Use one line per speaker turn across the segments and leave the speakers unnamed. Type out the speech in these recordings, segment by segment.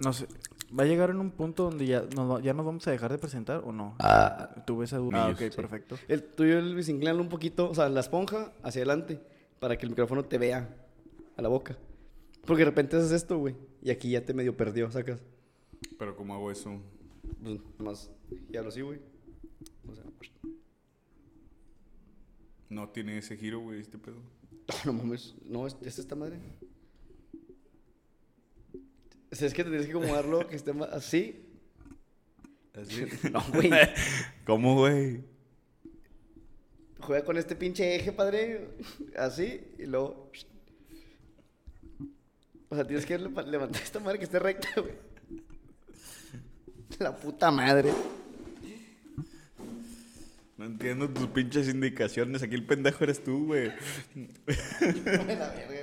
No sé. ¿Va a llegar en un punto donde ya nos, va- ya nos vamos a dejar de presentar o no?
Ah,
Tuve esa
Ah,
duda. Ah,
ok,
ok, perfecto.
El tuyo, Elvis, inclínalo un poquito, o sea, la esponja hacia adelante, para que el micrófono te vea a la boca. Porque de repente haces esto, güey, y aquí ya te medio perdió, sacas.
Pero ¿cómo hago eso?
Pues nomás, ya lo sí, güey. O sea,
No tiene ese giro, güey, este pedo.
no, no mames, no, es, es esta madre. O sea, es que tendrías que acomodarlo que esté más así. No, güey.
¿Cómo, güey?
Juega con este pinche eje, padre. Así, y luego. O sea, tienes que le- levantar esta madre que esté recta, güey. La puta madre.
No entiendo tus pinches indicaciones. Aquí el pendejo eres tú, güey.
La verga, güey.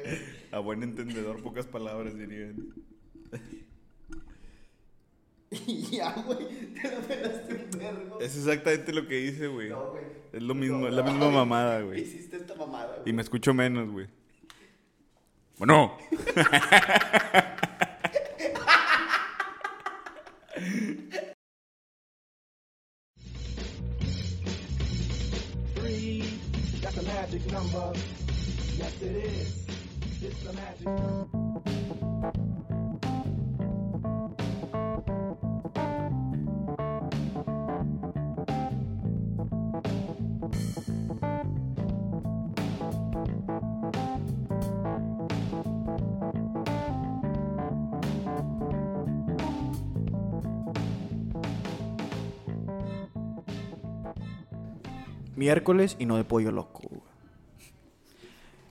A buen entendedor, pocas palabras dirían.
Y ya, güey. Te la pelaste un vergo.
Es exactamente lo que hice, güey.
No, güey.
Es lo mismo, es la misma mamada, güey.
Hiciste esta mamada,
Y
güey.
me escucho menos, güey. Bueno.
Miércoles y no de pollo loco. güey.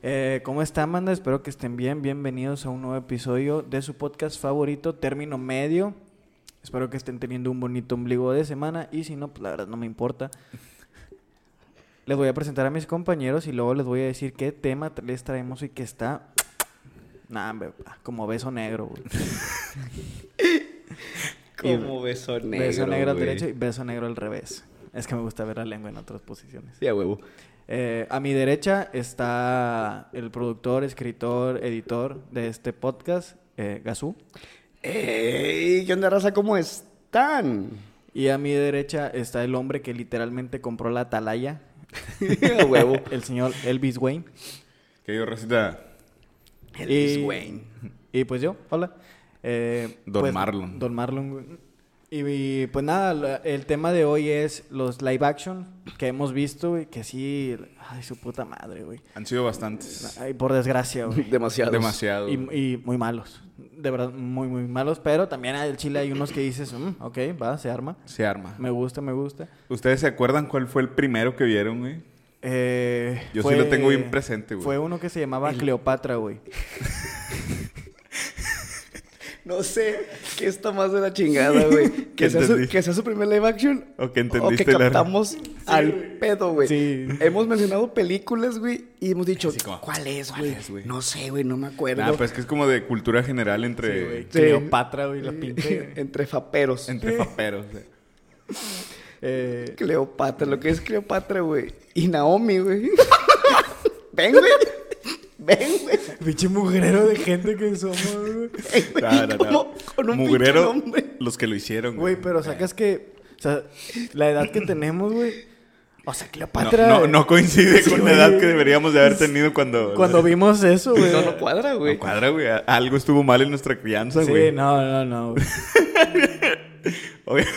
Eh, ¿Cómo están, banda? Espero que estén bien. Bienvenidos a un nuevo episodio de su podcast favorito, Término Medio. Espero que estén teniendo un bonito ombligo de semana y si no, pues la verdad no me importa. Les voy a presentar a mis compañeros y luego les voy a decir qué tema tra- les traemos y que está... Nah, hombre, como beso negro, güey.
Como beso negro.
beso negro al
güey.
derecho y beso negro al revés. Es que me gusta ver la lengua en otras posiciones.
Sí, a huevo.
Eh, a mi derecha está el productor, escritor, editor de este podcast, eh, Gazú.
¡Ey! ¿Qué onda, raza? ¿Cómo están?
Y a mi derecha está el hombre que literalmente compró la atalaya,
a huevo.
el señor Elvis Wayne.
Que yo, Rosita.
Elvis
Y-
Wayne.
Y pues yo, hola. Eh,
Don
pues,
Marlon.
Don Marlon, güey. Y, y, pues nada, la- el tema de hoy es los live action que hemos visto, güey, que sí, ay, su puta madre, güey.
Han sido bastantes.
Ay, por desgracia, güey.
Demasiado.
Demasiado.
Y, y muy malos. De verdad, muy, muy malos. Pero también al Chile hay unos que dices, "Mm, ok, va, se arma.
Se arma.
Me gusta, me gusta.
¿Ustedes se acuerdan cuál fue el primero que vieron, güey?
Eh,
Yo sí lo tengo bien presente, güey.
Fue uno que se llamaba Cleopatra, güey.
No sé qué está más de la chingada, güey.
¿Qué
Que, sea su-
entendí?
que sea su primer live action.
¿O que
O
entendiste
que
la-
captamos al pedo, güey.
Sí.
Hemos mencionado películas, güey. Y hemos dicho,
Así como,
¿cuál es,
¿cuál
güey?
es, güey?
No sé, güey, no me acuerdo.
Nah, pues es que es como de cultura
Sí,
general
güey.
entre,
Sí.
Cleopatra, güey, la pinche.
Entre faperos.
entre paperos. güey.
Eh,
Cleopatra, lo que es Cleopatra, güey. Y Naomi, güey. Ven, güey. Ven, güey.
pinche mugrero de gente que somos, güey.
Ven, güey.
Nah, nah, nah.
Como Con un
Mugrero,
pinche nombre.
los que lo hicieron,
Güey, pero sacas que. O sea, la edad que tenemos, güey. O sea,
No,
Cleopatra.
no- no coincide
Sí,
con
güey.
la edad que deberíamos de haber tenido cuando...
Cuando vimos eso, güey.
No, no cuadra, güey.
No cuadra, güey. Algo estuvo mal en nuestra crianza,
Sí,
güey.
no, no, no. güey.
Obvia-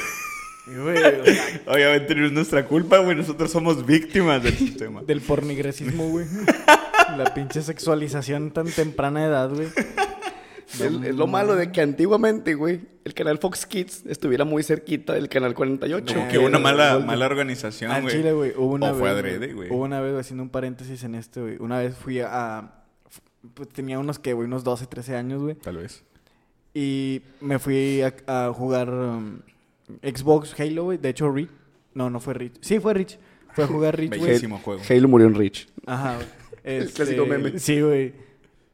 Güey, o sea,
Obviamente no es nuestra culpa, güey. Nosotros somos víctimas del sistema.
Del pornigresismo, güey. La pinche sexualización tan temprana edad, güey.
El- es lo malo de que antiguamente, güey, el canal Fox Kids estuviera muy cerquita del canal 48.
Como
güey.
que una mala,
Golden.
mala organización,
Al
güey.
Chile, güey, hubo una
o
vez.
fue
güey,
adrede, güey.
Hubo una vez, güey, haciendo un paréntesis en este, güey. Una vez fui a. pues, tenía unos que, güey, unos 12, 13 años, güey.
Tal vez.
Y me fui a, a jugar um, Xbox Halo, güey. De hecho, Rich. No, no fue Rich. Sí, fue Rich. Fue a jugar Rich, güey.
Bellísimo juego.
Halo murió en Rich.
Ajá, güey. Este,
El clásico meme.
Sí, güey.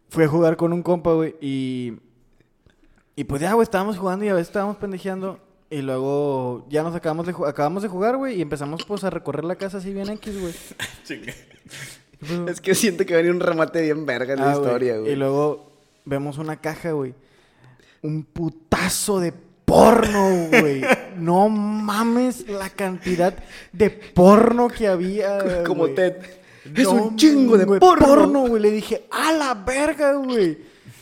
Fui a jugar con un compa, güey, y... Y pues ya, güey, estábamos jugando y a veces estábamos pendejeando. Y luego ya nos acabamos de, ju- acabamos de jugar, güey, y empezamos, pues, a recorrer la casa así bien X, güey.
Chinga.
Es que siento que venía un remate bien verga en
Ah,
la
güey.
historia,
Y
güey.
luego vemos una caja, güey. un putazo de porno, güey. No mames la cantidad de porno que había.
Como
Ah, güey.
Ted. Es
No,
un chingo de
güey,
porno.
güey. Le dije, a la verga, güey.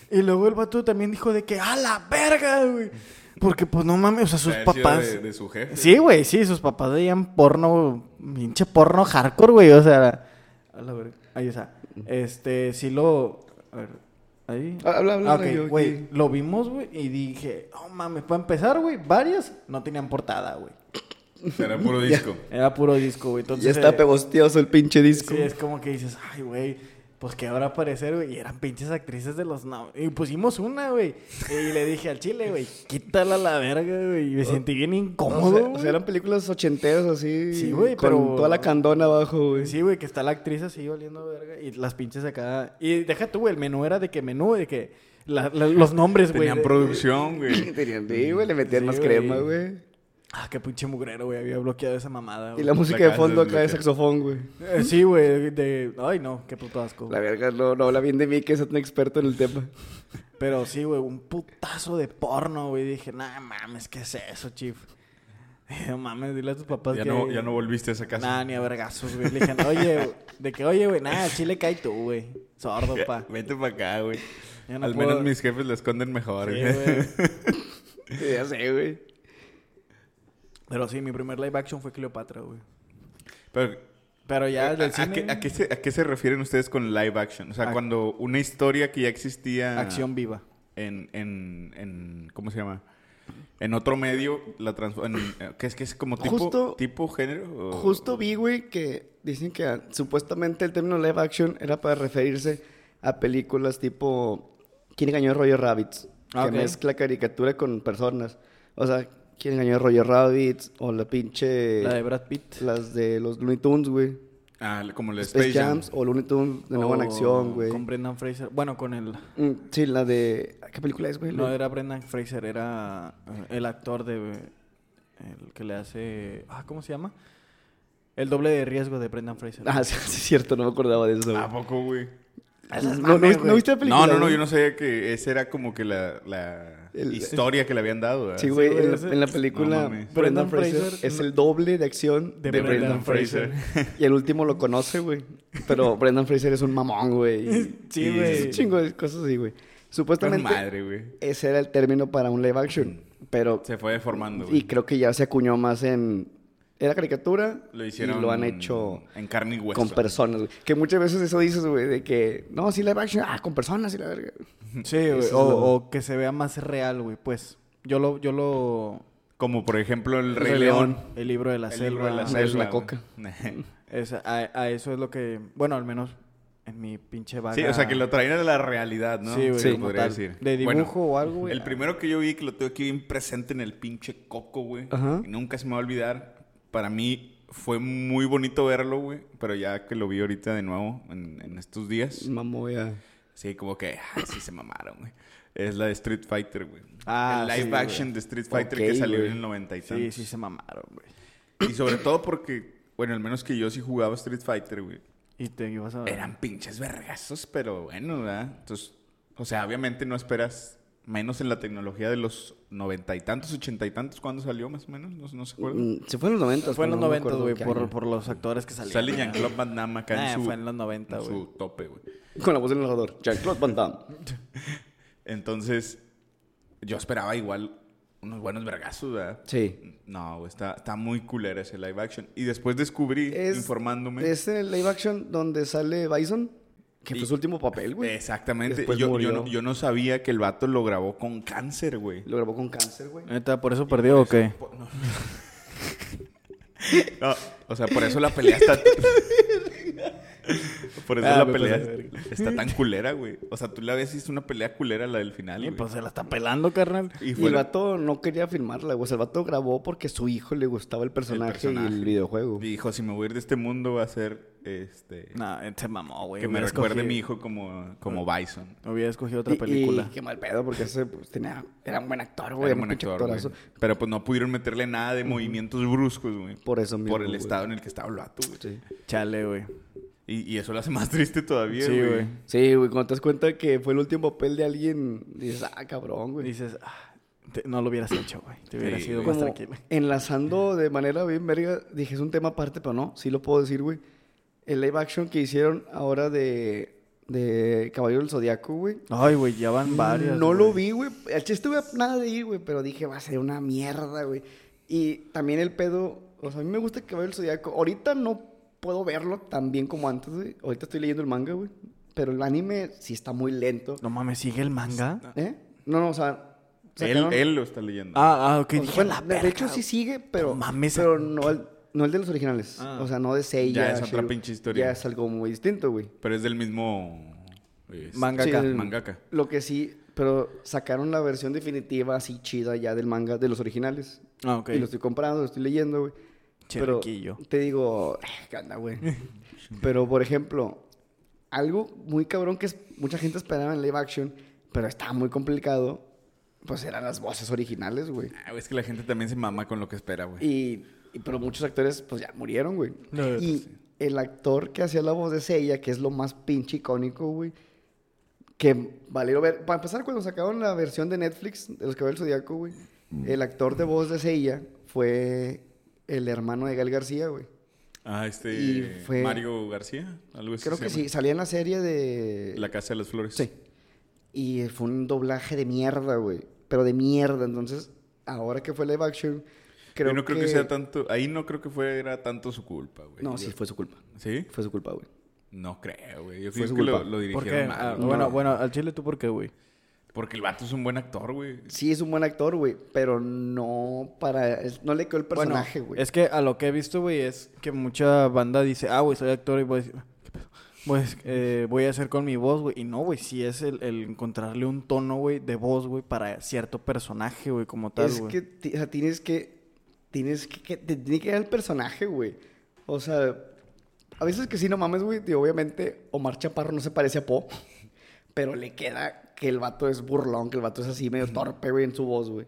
Y luego el vato también dijo de que, a la verga, güey. Porque, pues, no mames, o sea, sus
Haber sido
papás...
De, de su jefe.
Sí, güey, sí, sus papás veían porno, pinche porno hardcore, güey, o sea... A la verga. Ahí está. Este, sí lo... A ver, ahí...
Ah, habla, habla,
Ah,
habla, yo
Ok,
aquí.
güey, lo vimos, güey, y dije, oh, mames, para empezar, güey, varias no tenían portada, güey.
Era puro disco.
Era puro disco, güey, entonces...
Ya está
eh,
pegostioso el pinche disco.
Sí, es como que dices, ay, güey, pues que ahora aparecer, güey. Y eran pinches actrices de los. no- Y pusimos una, güey. Y le dije al chile, güey, quítala a la verga, güey. Y me sentí bien
Oh, O
incómodo.
sea, o sea, eran películas ochenteras así.
Sí, güey,
con
pero-
toda la candona abajo,
güey.
güey.
Sí, güey, que está la actriz así oliendo verga. Y las pinches acá. Y deja tú, güey, el menú era de que menú, de que. la- la- los nombres, güey.
Tenían
de-
producción, güey.
Tenían- Sí, güey, le metían
Sí,
más
güey.
crema, güey.
Ah, qué pinche mugrero, güey. Había bloqueado esa mamada,
Y
güey.
la música
La
de
casa
fondo
es
acá de
lo que-
saxofón, güey.
Eh, sí, güey, de. Ay, no, qué puto asco.
La verga, no, no habla bien de mí, que es un experto en el tema.
Pero sí, güey, un putazo de porno, güey. Dije, no mames, ¿qué es eso, chief? No mames, dile a tus papás
Ya
que...
no, ya no volviste a esa casa.
Nah, ni a vergazos, güey. Le dije, no, oye, güey, de que, oye, güey, nada, chile cae tú, güey. Sordo, pa.
Vete para acá, güey.
Ya no
Al
puedo-
menos mis jefes la esconden mejor,
Sí,
güey.
güey.
Sí, ya sé, güey.
Pero sí, mi primer live action fue Cleopatra, güey.
Pero, eh,
Pero ya
¿a,
del
a
cine...
qué, a qué se, a qué se refieren ustedes con live action? O sea,
Ac-
cuando una historia que ya existía...
Acción viva.
En, en, en- ¿Cómo se llama? En otro medio, la transforman... ¿Qué es que es como tipo,
Justo-
tipo género? o-
Justo vi, güey, que dicen que ah, supuestamente el término live action era para referirse a películas tipo ¿Quién engañó a Roger Rabbits?
Ah, ok.
Que mezcla caricatura con personas. O sea, ¿Quién engañó a Roger Rabbits? O la
Eh,
pinche...
La de Brad Pitt.
Las de los Looney Tunes, güey.
Ah, como la
Space,
Space, Jam.
Jams o Looney Tunes de nuevo en
O
acción, güey.
Oh, Con Brendan Fraser. Bueno, con el...
Mm, Sí, la de... ¿Qué película es, güey?
No era Brendan Fraser, era eh, el actor de. eh, El que le hace. Ah, ¿cómo se llama? El doble de riesgo de Brendan Fraser.
Ah, sí, sí, es cierto, no me acordaba de
Ah,
eso. güey.
¿A poco, güey?
esas
no, no,
mames, güey.
¿no viste la película?
No, no, no,
güey?
yo no sabía que esa era como que la, la
El-
historia que le habían dado. ¿verdad?
Sí, güey,
güey,
en,
ese-
la, en la película
No mames.
Brendan
Brendan Fraser,
Fraser
es
no-
el doble de acción
de
De Brendan
Brendan
Fraser.
Y el último lo conoce, güey. Pero Brendan Fraser es un mamón, güey. y-
Sí,
Y
Es un
güey.
chingo de cosas así, güey.
Pero
Supuestamente
madre, güey.
ese era el término para un live action. Pero...
Se fue deformando, güey.
Y creo que ya se acuñó más en... Era caricatura
Lo hicieron.
y lo han hecho
En carne y hueso.
con personas. güey. Que muchas veces eso dices, güey, de que... No, sí live action. Ah, con personas y la verga.
Sí,
Eso
güey.
es
O,
lo-
o que se vea más real, güey. Pues yo lo. Yo lo
Como por ejemplo el Rey,
Rey
León.
León.
el libro de la
El libro
selva.
de la
no,
selva.
es una
güey.
coca.
Es- a, a eso es lo que. Bueno, al menos en mi pinche vaga.
sí, o sea que lo traían a la realidad, ¿no?
Sí, güey,
Se
como
podría
tal.
decir.
De
Bueno,
dibujo o algo, güey.
El primero que yo vi que lo tuve aquí bien presente en el pinche coco, güey.
Ajá.
Y nunca se me va a olvidar. Para mí fue muy bonito verlo, güey. Pero ya que lo vi ahorita de nuevo en, en estos días.
Mamó ya.
Sí, como que, ah, sí se mamaron, güey. Es la de Street Fighter, güey.
Ah,
El live
sí,
action de Street Fighter
Ok,
que salió
güey.
en el 90 y
Sí,
tantos.
sí, se mamaron, güey.
Y sobre todo porque, bueno, al menos que yo sí jugaba Street Fighter, güey.
Y te ibas a ver.
Eran pinches vergazos, pero bueno, ¿verdad? Entonces, o sea, obviamente no esperas menos en la tecnología de los noventa y tantos, ochenta y tantos, ¿cuándo salió más o menos? No, no se acuerdan.
Mm, Se fue en los 90.
Fue en los 90, güey, por, por los actores que salieron.
Sale Jean-Claude Van Damme acá
Eh,
Ah,
en su,
fue en los 90,
en
güey.
su tope, güey.
Con la voz del narrador. Jean-Claude Van Damme.
Entonces, yo esperaba igual unos buenos vergazos, ¿verdad?
Sí.
No, güey, está, está muy culera ese live action. Y después descubrí,
Es-
informándome.
Es el live action donde sale Bison, que
Y-
fue su último papel, güey.
Exactamente.
Después
Yo,
murió.
yo, no, yo no sabía que el vato lo grabó con cáncer, güey.
Lo grabó con cáncer, güey.
Neta, ¿por eso perdió o qué?
No, o sea, por eso la pelea está. por eso
Ah,
la
me
pelea
pasé de verga.
está tan culera, güey. O sea, tú la ves y es una pelea culera la del final.
Y
güey.
pues se la está pelando, carnal.
y
Y
fue
el vato no quería firmarla, güey. O sea, el vato grabó porque su hijo le gustaba el personaje, y el
personaje.
videojuego.
mi hijo, si me voy a ir de este mundo, va a ser este.
No, eh, se mamó, güey.
que me
Hubiera
recuerde
escogido-
mi hijo como, como Bison.
Hubiera escogido otra
Y-
película.
Y, qué mal pedo, porque ese pues, tenía, era un buen actor, güey.
Era
Era
un
un pinche
actor, güey.
actorazo.
Pero pues no pudieron meterle nada de movimientos bruscos, güey.
Por eso mismo,
Por el
güey.
estado en el que estaba el vato, güey.
Sí.
Chale, güey.
Y, y eso lo hace más triste todavía,
Sí,
güey.
güey.
Sí, güey, cuando te das cuenta que fue el último papel de alguien, dices, ah, cabrón, güey.
Dices, "Ah, te- no lo hubieras hecho, güey. Te hubieras
Sí,
sido
güey.
más
Como
tranquilo.
enlazando de manera bien verga, dije, es un tema aparte, pero no, sí lo puedo decir, güey. El live action que hicieron ahora de, de Caballero del Zodiaco, güey.
Ay, güey, ya van varias.
No lo
güey.
vi, güey. El chiste güey, nada de ir, güey, pero dije, va a ser una mierda, güey. Y también el pedo, o sea, a mí me gusta el Caballero del Zodiaco. Ahorita no puedo verlo tan bien como antes, güey. Ahorita estoy leyendo el manga, güey. Pero el anime sí está muy lento.
No mames, ¿sigue el manga?
¿Eh? No, no, o sea...
Él,
sacaron-
él lo está leyendo.
Ah, ah, ok.
o sea,
Dije,
bueno,
"La
de- de
verga,
hecho sí sigue, pero,
No mames,
pero no, el, no el de los originales.
Ah.
O sea, no de Seiya.
Ya es otra
Shiro.
pinche historia.
Ya es algo muy distinto, güey.
Pero es del mismo... es-
Mangaka.
Sí, el-
Mangaka.
Lo que sí, pero sacaron la versión definitiva así chida ya del manga de los originales.
Ah, ok.
Y lo estoy comprando, lo estoy leyendo, güey. Pero
Cherquillo.
te digo, "Eh, ¿qué onda, güey? pero, por ejemplo, algo muy cabrón que es- mucha gente esperaba en live action, pero estaba muy complicado, pues eran las voces originales, güey.
Ah, güey, es que la gente también se mama con lo que espera, güey.
Y, y- pero muchos actores, pues ya murieron, güey.
No, pues,
y el actor que hacía la voz de Seiya, que es lo más pinche icónico, güey. Que valieron ver. Para empezar, cuando sacaron la versión de Netflix de Los Caballeros del Zodiaco, güey,
Mm.
el actor de voz de Seiya fue el hermano de Gal García, güey.
Ah, este...
y fue-
Mario García, algo así
Creo
se
que
llama.
sí, salía en la serie de.
La Casa de las Flores.
Sí. Y fue un doblaje de mierda, güey. Pero de mierda. Entonces, ahora que fue live action, creo
Yo no creo que... sea tanto... Ahí no creo que fuera tanto su culpa, güey.
No, sí, fue su culpa.
¿Sí?
Fue su culpa, güey.
No creo, güey. Yo
Fue
creo
su
que lo,
culpa.
lo
¿Por
dirigieron
qué?
mal.
Ah,
güey.
Bueno, bueno, al chile tú por qué, güey.
Porque el vato es un buen actor, güey.
Sí, es un buen actor, güey, pero no para... es- No le quedó el personaje, güey.
Bueno, es que a lo que he visto, güey, es que mucha banda dice, ah, güey, soy actor y voy a decir, "¿Qué pedo? Pues, eh, voy a hacer con mi voz, güey. Y no, güey, sí es el, el encontrarle un tono, güey, de voz, güey, para cierto personaje, güey, como tal,
Es
güey.
que, ti- o sea, tienes que... Tienes que... que- te tiene que dar el personaje, güey. O sea, a veces que sí, no mames, güey. digo, Obviamente, Omar Chaparro no se parece a Po, pero le queda que el vato es burlón, que el vato es así medio torpe, güey, en su voz, güey.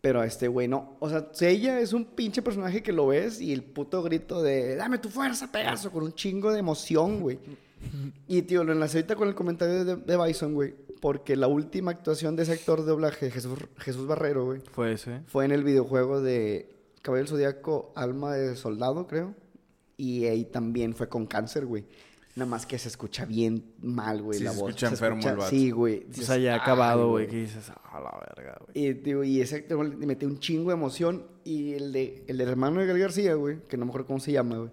Pero a este güey no. O sea, si ella es un pinche personaje que lo ves y el puto grito de dame tu fuerza, pedazo, con un chingo de emoción, güey. Y, tío, lo enlacé ahorita con el comentario de, de Bison, güey. Porque la última actuación de ese actor de doblaje, Jesús, Jesús Barrero, güey,
Fue ese.
fue en el videojuego de Caballero del Zodíaco, Alma de Soldado, creo. Y ahí también fue con cáncer, güey. Nada más que se escucha bien mal, güey,
Sí,
la
se
voz.
escucha enfermo el vato.
Sí, güey.
O sea, ya
Ay,
acabado, güey, que dices, ah, la verga, güey.
y, digo, y ese actor le metió un chingo de emoción. Y el, de, el del hermano de Gal García, güey, que no me acuerdo cómo se llama, güey.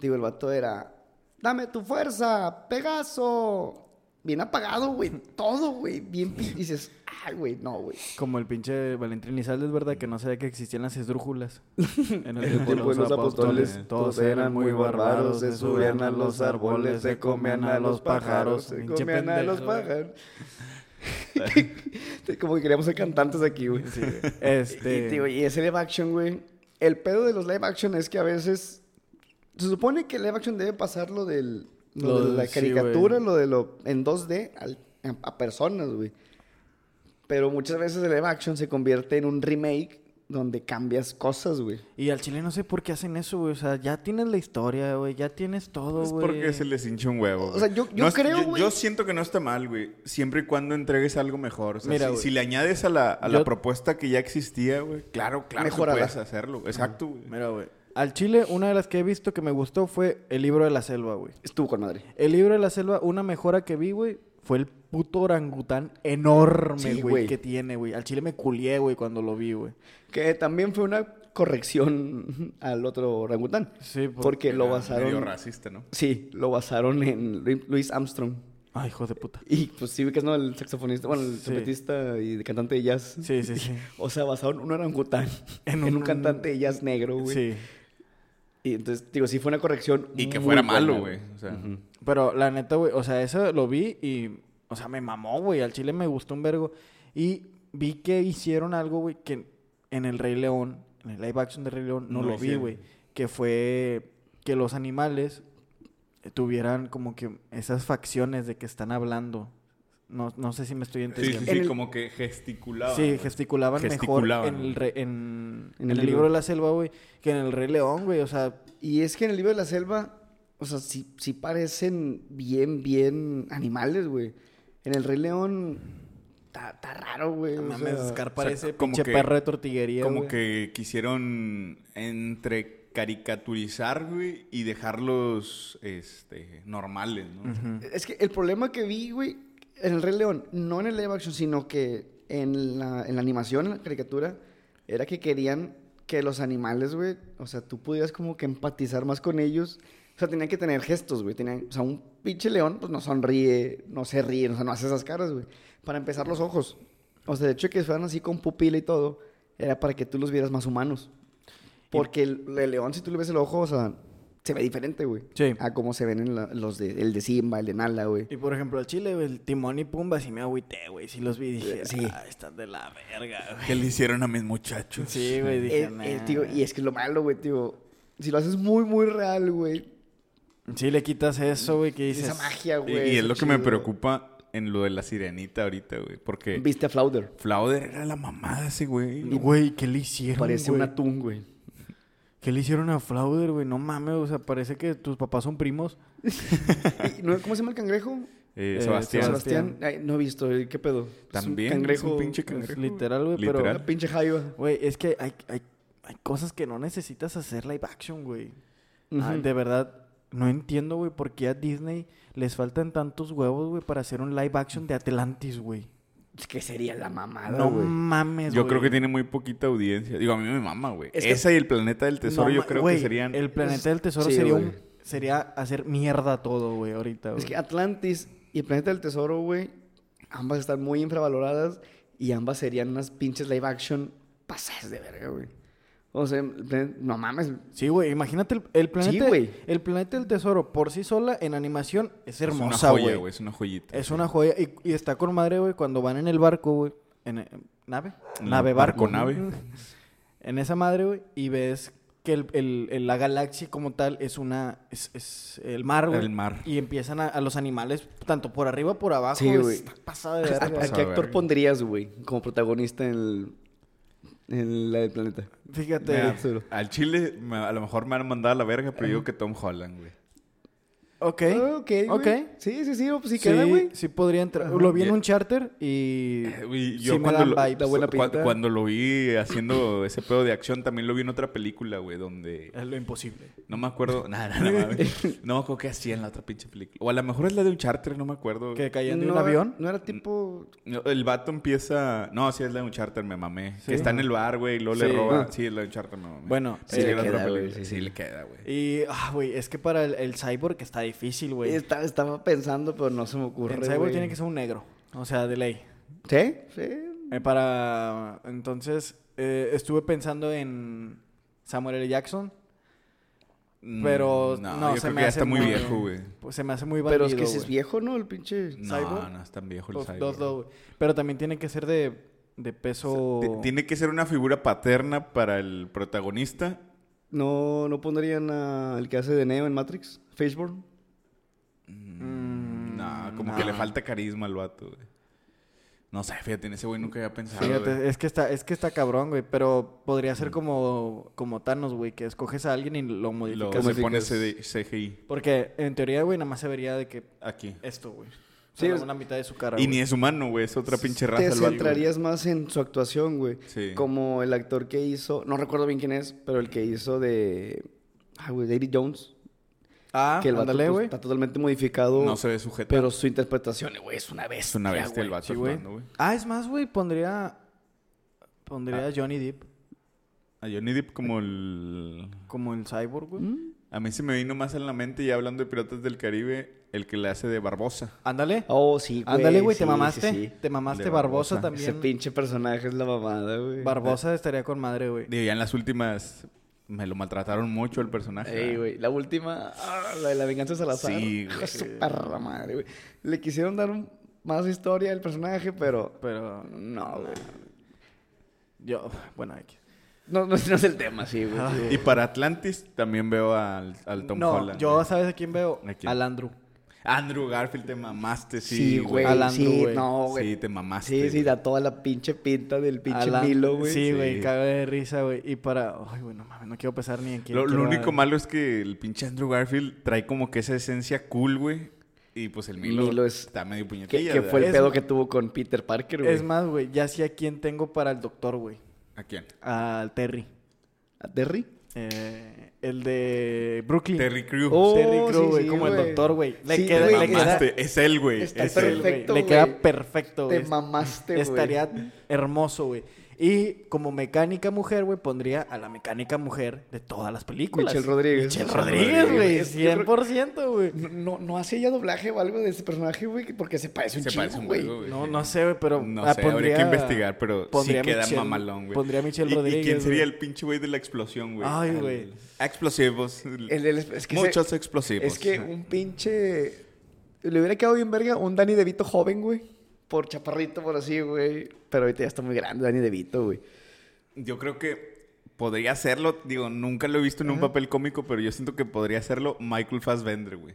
Digo, el vato era, dame tu fuerza, Pegaso. Bien apagado, güey. Todo, güey. Bien... pi- Y dices, ay, güey, no, güey.
Como el pinche Valentín Lizalde, es verdad que no sabía que existían las esdrújulas. En
En el tiempo de los apóstoles,
todos eran muy bárbaros, se subían a los árboles, se comían a los pájaros,
se
pinche
comían a los
pendejo, güey.
pájaros. Como que queríamos ser cantantes aquí, güey.
Sí, güey.
Y, digo,
Este.
y ese live action, güey. El pedo de los live action es que a veces. Se supone que el live action debe pasar lo del. Lo,
Lo
de
del-
la
sí,
caricatura,
güey.
lo de lo. En 2D al- a- a personas, güey. Pero muchas veces el live action se convierte en un remake donde cambias cosas, güey.
Y al chile no sé por qué hacen eso, güey. O sea, ya tienes la historia, güey. Ya tienes todo,
Es
güey.
porque se les hincha un huevo.
O
güey.
sea, yo- yo
No es-
creo,
yo,
güey.
yo siento que no está mal, güey. Siempre y cuando entregues algo mejor. O sea,
Mira,
si,
güey.
si le añades a la, a la
Yo-
propuesta que ya existía, güey. Claro, claro que
Mejórala.
puedes hacerlo. güey. Exacto, güey.
Mira, güey. Al chile, una de las que he visto que me gustó fue El libro de la selva, güey.
Estuvo con madre.
El libro de la selva, una mejora que vi, güey, fue el puto orangután enorme,
Sí,
güey,
güey.
que tiene, güey. Al chile me culié, güey, cuando lo vi, güey.
Que también fue una corrección al otro orangután.
Sí, por-
Porque lo
Era Medio
basaron.
racista, ¿no?
Sí, lo basaron en Lu- Louis Armstrong.
Ay, hijo de puta.
Y pues sí, que es no el saxofonista, bueno, el
Sí.
trompetista y cantante de jazz.
Sí, sí, sí.
O sea, basaron un orangután
En
en
un-
un, cantante de jazz negro, güey.
Sí.
Y entonces, digo, sí fue una corrección.
Y que
muy
fuera
buena,
malo, güey. O sea,
Pero la neta, güey, o sea, eso lo vi y, o sea, me mamó, güey. Al chile me gustó un vergo. Y vi que hicieron algo, güey, que en el Rey León, en el live action de Rey León, no,
No lo
lo vi,
hicieron.
güey. Que fue que los animales tuvieran como que esas facciones de que están hablando. No, no sé si me estoy
sí, sí,
entendiendo.
sí,
En el-
como que gesticulaba.
Sí, gesticulaban,
Gesticulaban,
mejor en el, re- en,
En
en
el
el libro
libro.
de la selva, güey, que en el Rey León, güey. O sea,
Y es que en el libro de la selva o sea, sí, sí parecen bien, bien animales, güey. En el Rey León está está raro, güey. o
Mames,
sea,
Scar parece
como
pinche
que-
perro de tortillería,
Como
güey.
que quisieron entre caricaturizar, güey, y dejarlos este, normales, ¿no?
Es que el problema que vi, güey, en el Rey León, no en el live action, sino que en la, en la animación, en la caricatura, era que querían que los animales, güey, o sea, tú pudieras como que empatizar más con ellos. O sea, tenían que tener gestos, güey. Tenían, o sea, un pinche león, pues no sonríe, no se ríe, o sea, no hace esas caras, güey. Para empezar, los ojos. O sea, de hecho, que fueran así con pupila y todo, era para que tú los vieras más humanos. Porque el, el león, si tú le ves el ojo, o sea, se ve diferente, güey.
Sí.
A cómo se ven en la- los de, el de Simba, el de Nala, güey. Eh,
Y por ejemplo, al chile, güey, el Timón y Pumba sí me agüité, güey. Sí los vi y dije,
Eh, Sí.
ah, están de la verga, güey.
¿Qué le hicieron a mis muchachos?
Sí, güey, dije,
Eh, eh,
"Nah".
tío, y es que lo malo, güey, tío. Si lo haces muy, muy real, güey.
Sí le quitas eso, güey, que dices...
Esa magia,
Y,
güey.
y es
eso
lo que me
chido.
preocupa en lo de la sirenita ahorita, güey. Porque
Viste a Flauder.
Flauder era la mamada ese, güey.
Güey, ¿qué le hicieron,
Parece
güey?
un atún, güey.
¿Qué le hicieron a Flauder, güey? No mames, o sea, parece que tus papás son primos.
Eh, ¿no? ¿Cómo se llama el cangrejo?
Eh,
Eh,
Sebastián.
Sebastián. Ay, no he visto. eh, ¿Qué pedo? Es un
También,
cangrejo.
es un pinche
Es
cangrejo.
literal, güey,
Literal.
pero...
Una pinche jaiba.
Güey, es que hay, hay, hay cosas que no necesitas hacer live action, güey. Ah,
Ujú.
de verdad, no entiendo, güey, por qué a Disney les faltan tantos huevos, güey, para hacer un live action de Atlantis, güey.
Es que sería la mamada,
No
güey.
mames,
Yo
güey.
creo que tiene muy poquita audiencia. Digo, a mí me mama, güey.
Es que-
Esa y el planeta del tesoro
No
yo
ma-
creo
güey,
que serían...
El planeta del tesoro
Sí,
sería
güey.
un- sería hacer mierda todo, güey, ahorita, güey.
Es que ah, Atlantis y el planeta del tesoro, güey, ambas están muy infravaloradas y ambas serían unas pinches live action pasadas de verga, güey. O sea, el planet- no mames.
Sí, güey, imagínate el, el planeta
güey.
el planeta del tesoro por sí sola en animación es
es una
hermosa,
joya,
güey.
güey. Es una joyita.
Es una joya y, y está con madre, güey, cuando van en el barco, güey, en eh, nave,
En
nave
el
barco,
barconave.
En esa madre, güey, y ves que el- el- el- la galaxia como tal es una es, es el mar, güey.
El mar.
Y empiezan a, a los animales tanto por arriba por abajo,
Sí,
güey,
güey.
está pasada de
¿A,
verga.
a
pasada
qué
de
actor
verga.
pondrías, güey, como protagonista en, el, en la del planeta?
Fíjate,
Mira,
tesoro.
al Chile me- a lo mejor me han mandado a la verga, pero yo digo que Tom Holland, güey.
ok.
Ah, ok, güey.
Ok.
Sí, sí, sí, pues sí
Sí,
queda, güey.
sí podría entrar. Lo vi en
Ya.
un charter y.
Eh, güey,
sí
yo
me
cuando,
dan
lo,
vibes.
la buena
cu-
pinta.
cuando lo vi haciendo ese pedo de acción, también lo vi en otra película, güey, donde...
Es lo imposible.
No me acuerdo. Nada, nada, mames. No me acuerdo qué hacía en la otra pinche película. O a lo mejor es la de un charter, no me acuerdo.
Que caían de
No
un
era-
avión. Mm,
No era tipo...
No, El vato empieza. No, sí es la de un charter, me mamé.
Sí.
Que está en el bar, güey, y luego
Sí.
le roba.
Ah.
Sí, es la de un charter, me mamé.
Bueno,
sí,
eh,
le
le
queda,
queda, güey,
güey.
sí,
Sí,
sí.
le queda, güey.
Y, ah, güey, es que para el, el cyborg está difícil, güey. El
Estaba, estaba pensando, pero no se me ocurre,
cyborg
güey.
tiene que ser un negro. O sea, de ley.
¿Sí? Sí.
Eh, para. Entonces, eh, estuve pensando en Samuel L. Jackson.
Mm,
Pero no,
yo
se
creo
me
que ya
hace
está muy
muy-
viejo, güey.
Pues se me hace muy bandido.
Pero es que si es
güey.
viejo, ¿no? El pinche...
No,
¿Cyborg?
no es tan viejo el
Los
cyborg.
dos, dos, güey. Pero también tiene que ser de, de peso.
T- Tiene que ser una figura paterna para el protagonista.
No, no pondrían a el que hace de Neo en Matrix, Fishburne.
Mm,
no, como
no.
que le falta carisma al vato, güey. No sé, fíjate, en ese güey nunca había pensado. güey. Mm.
Fíjate, es que está, es que está cabrón, güey. Pero podría ser como, como Thanos, güey, que escoges a alguien y lo
Y luego
modificas.
modificas.
se pone CD CGI
Porque en teoría, güey, nada más se vería de que
aquí.
esto, güey. Sí,
Sí, es-
una mitad de su cara.
Y
güey.
ni es humano, güey, es otra pinche raza.
Te
el vato, güey.
centrarías más en su actuación, güey.
Sí.
Como el actor que hizo, no recuerdo bien quién es, pero el que hizo de. Ah, güey, David Jones.
Ah,
que el vato,
ándale,
pues,
güey.
está totalmente modificado.
No se ve sujeto.
Pero su interpretación, güey, es una
Es
bestia.
una bestia Este, el
güey.
vato
Sí, güey.
actuando, güey. Ah.
Ah, es más, güey, pondría. Pondría a Johnny Depp
A Johnny Depp como el...
como el cyborg, güey.
Mm.
A mí se me vino más en la mente, y hablando de Piratas del Caribe, el que le hace de Barbosa.
Ándale.
Oh, sí, güey.
Ándale, güey,
sí,
te mamaste.
sí, sí.
Te mamaste
De
Barbosa,
Barbosa.
Ese
también.
pinche personaje es la mamada, güey.
Barbosa estaría con madre, güey.
Digo, ya en las últimas me lo maltrataron mucho el personaje.
Ey,
¿verdad?
güey, la última, ah, la de la venganza de Salazar.
Sí,
güey. Su perra madre, güey. Le quisieron dar un- más historia al personaje, pero
Pero
no, güey.
yo, bueno, aquí.
No, no, no es el tema, sí, güey. sí, güey.
Y para Atlantis también veo al, al Tom
no,
Holland.
yo,
güey.
¿sabes a quién veo?
¿A quién?
Al Andrew.
Andrew Garfield, te mamaste, sí. Ah,
Sí, güey.
Al
sí,
Andrew, güey.
no, güey.
Sí, te mamaste,
Sí, sí,
güey.
da toda la pinche pinta del pinche
Alan-
Milo, güey.
Sí,
Sí.
güey, cago de risa, güey. Y para. Ay, güey, no mames, no quiero pesar ni en quién.
Lo, lo
quiero-
único malo es que el pinche Andrew Garfield trae como que esa esencia cool, güey. Y pues el Milo,
Milo es-
está medio
Que,
puñetilla.
que
¿verdad?
fue el
Es-
pedo que tuvo con Peter Parker, güey.
Es más, güey, ya sé a quién tengo para el doctor, güey.
¿A quién?
Al Terry.
¿A Terry?
Eh, el de Brooklyn.
Terry Crew.
Oh,
Terry Crew,
sí,
güey,
sí,
como el
güey.
doctor, güey. Le
Sí,
queda,
güey,
le
te
queda,
Mamaste, es él, güey.
Está
es
Sí,
él.
güey,
perfecto,
Le
güey.
queda perfecto, güey.
Te mamaste, güey.
Estaría hermoso, güey. Y como mecánica mujer, güey, pondría a la mecánica mujer de todas las películas.
Michelle Rodríguez.
Michelle
Michelle
Rodríguez, güey.
Rodríguez. Yo creo-
100%, güey.
No, no, no hace ella doblaje o algo de ese personaje, güey, porque se parece un
Se parece
chingo,
un
güey.
huevo, güey.
No, no sé, güey, pero...
No
ah,
sé, habría que investigar, pero sí
pondría
queda
Michelle-
mamalón, güey.
Pondría a Michelle
¿Y-
Rodríguez.
¿Y quién sería
güey.
el pinche güey de la explosión, güey?
Ay,
Al-
güey.
Explosivos.
El- el- es que
Muchos
se-
explosivos.
Es que un pinche. Le hubiera quedado bien verga un Danny DeVito joven, güey. Por chaparrito, por así, güey. Pero ahorita ya está muy grande Danny DeVito, güey.
Yo creo que podría hacerlo. Digo, nunca lo he visto en un papel cómico, pero yo siento que podría hacerlo Michael Fassbender, güey.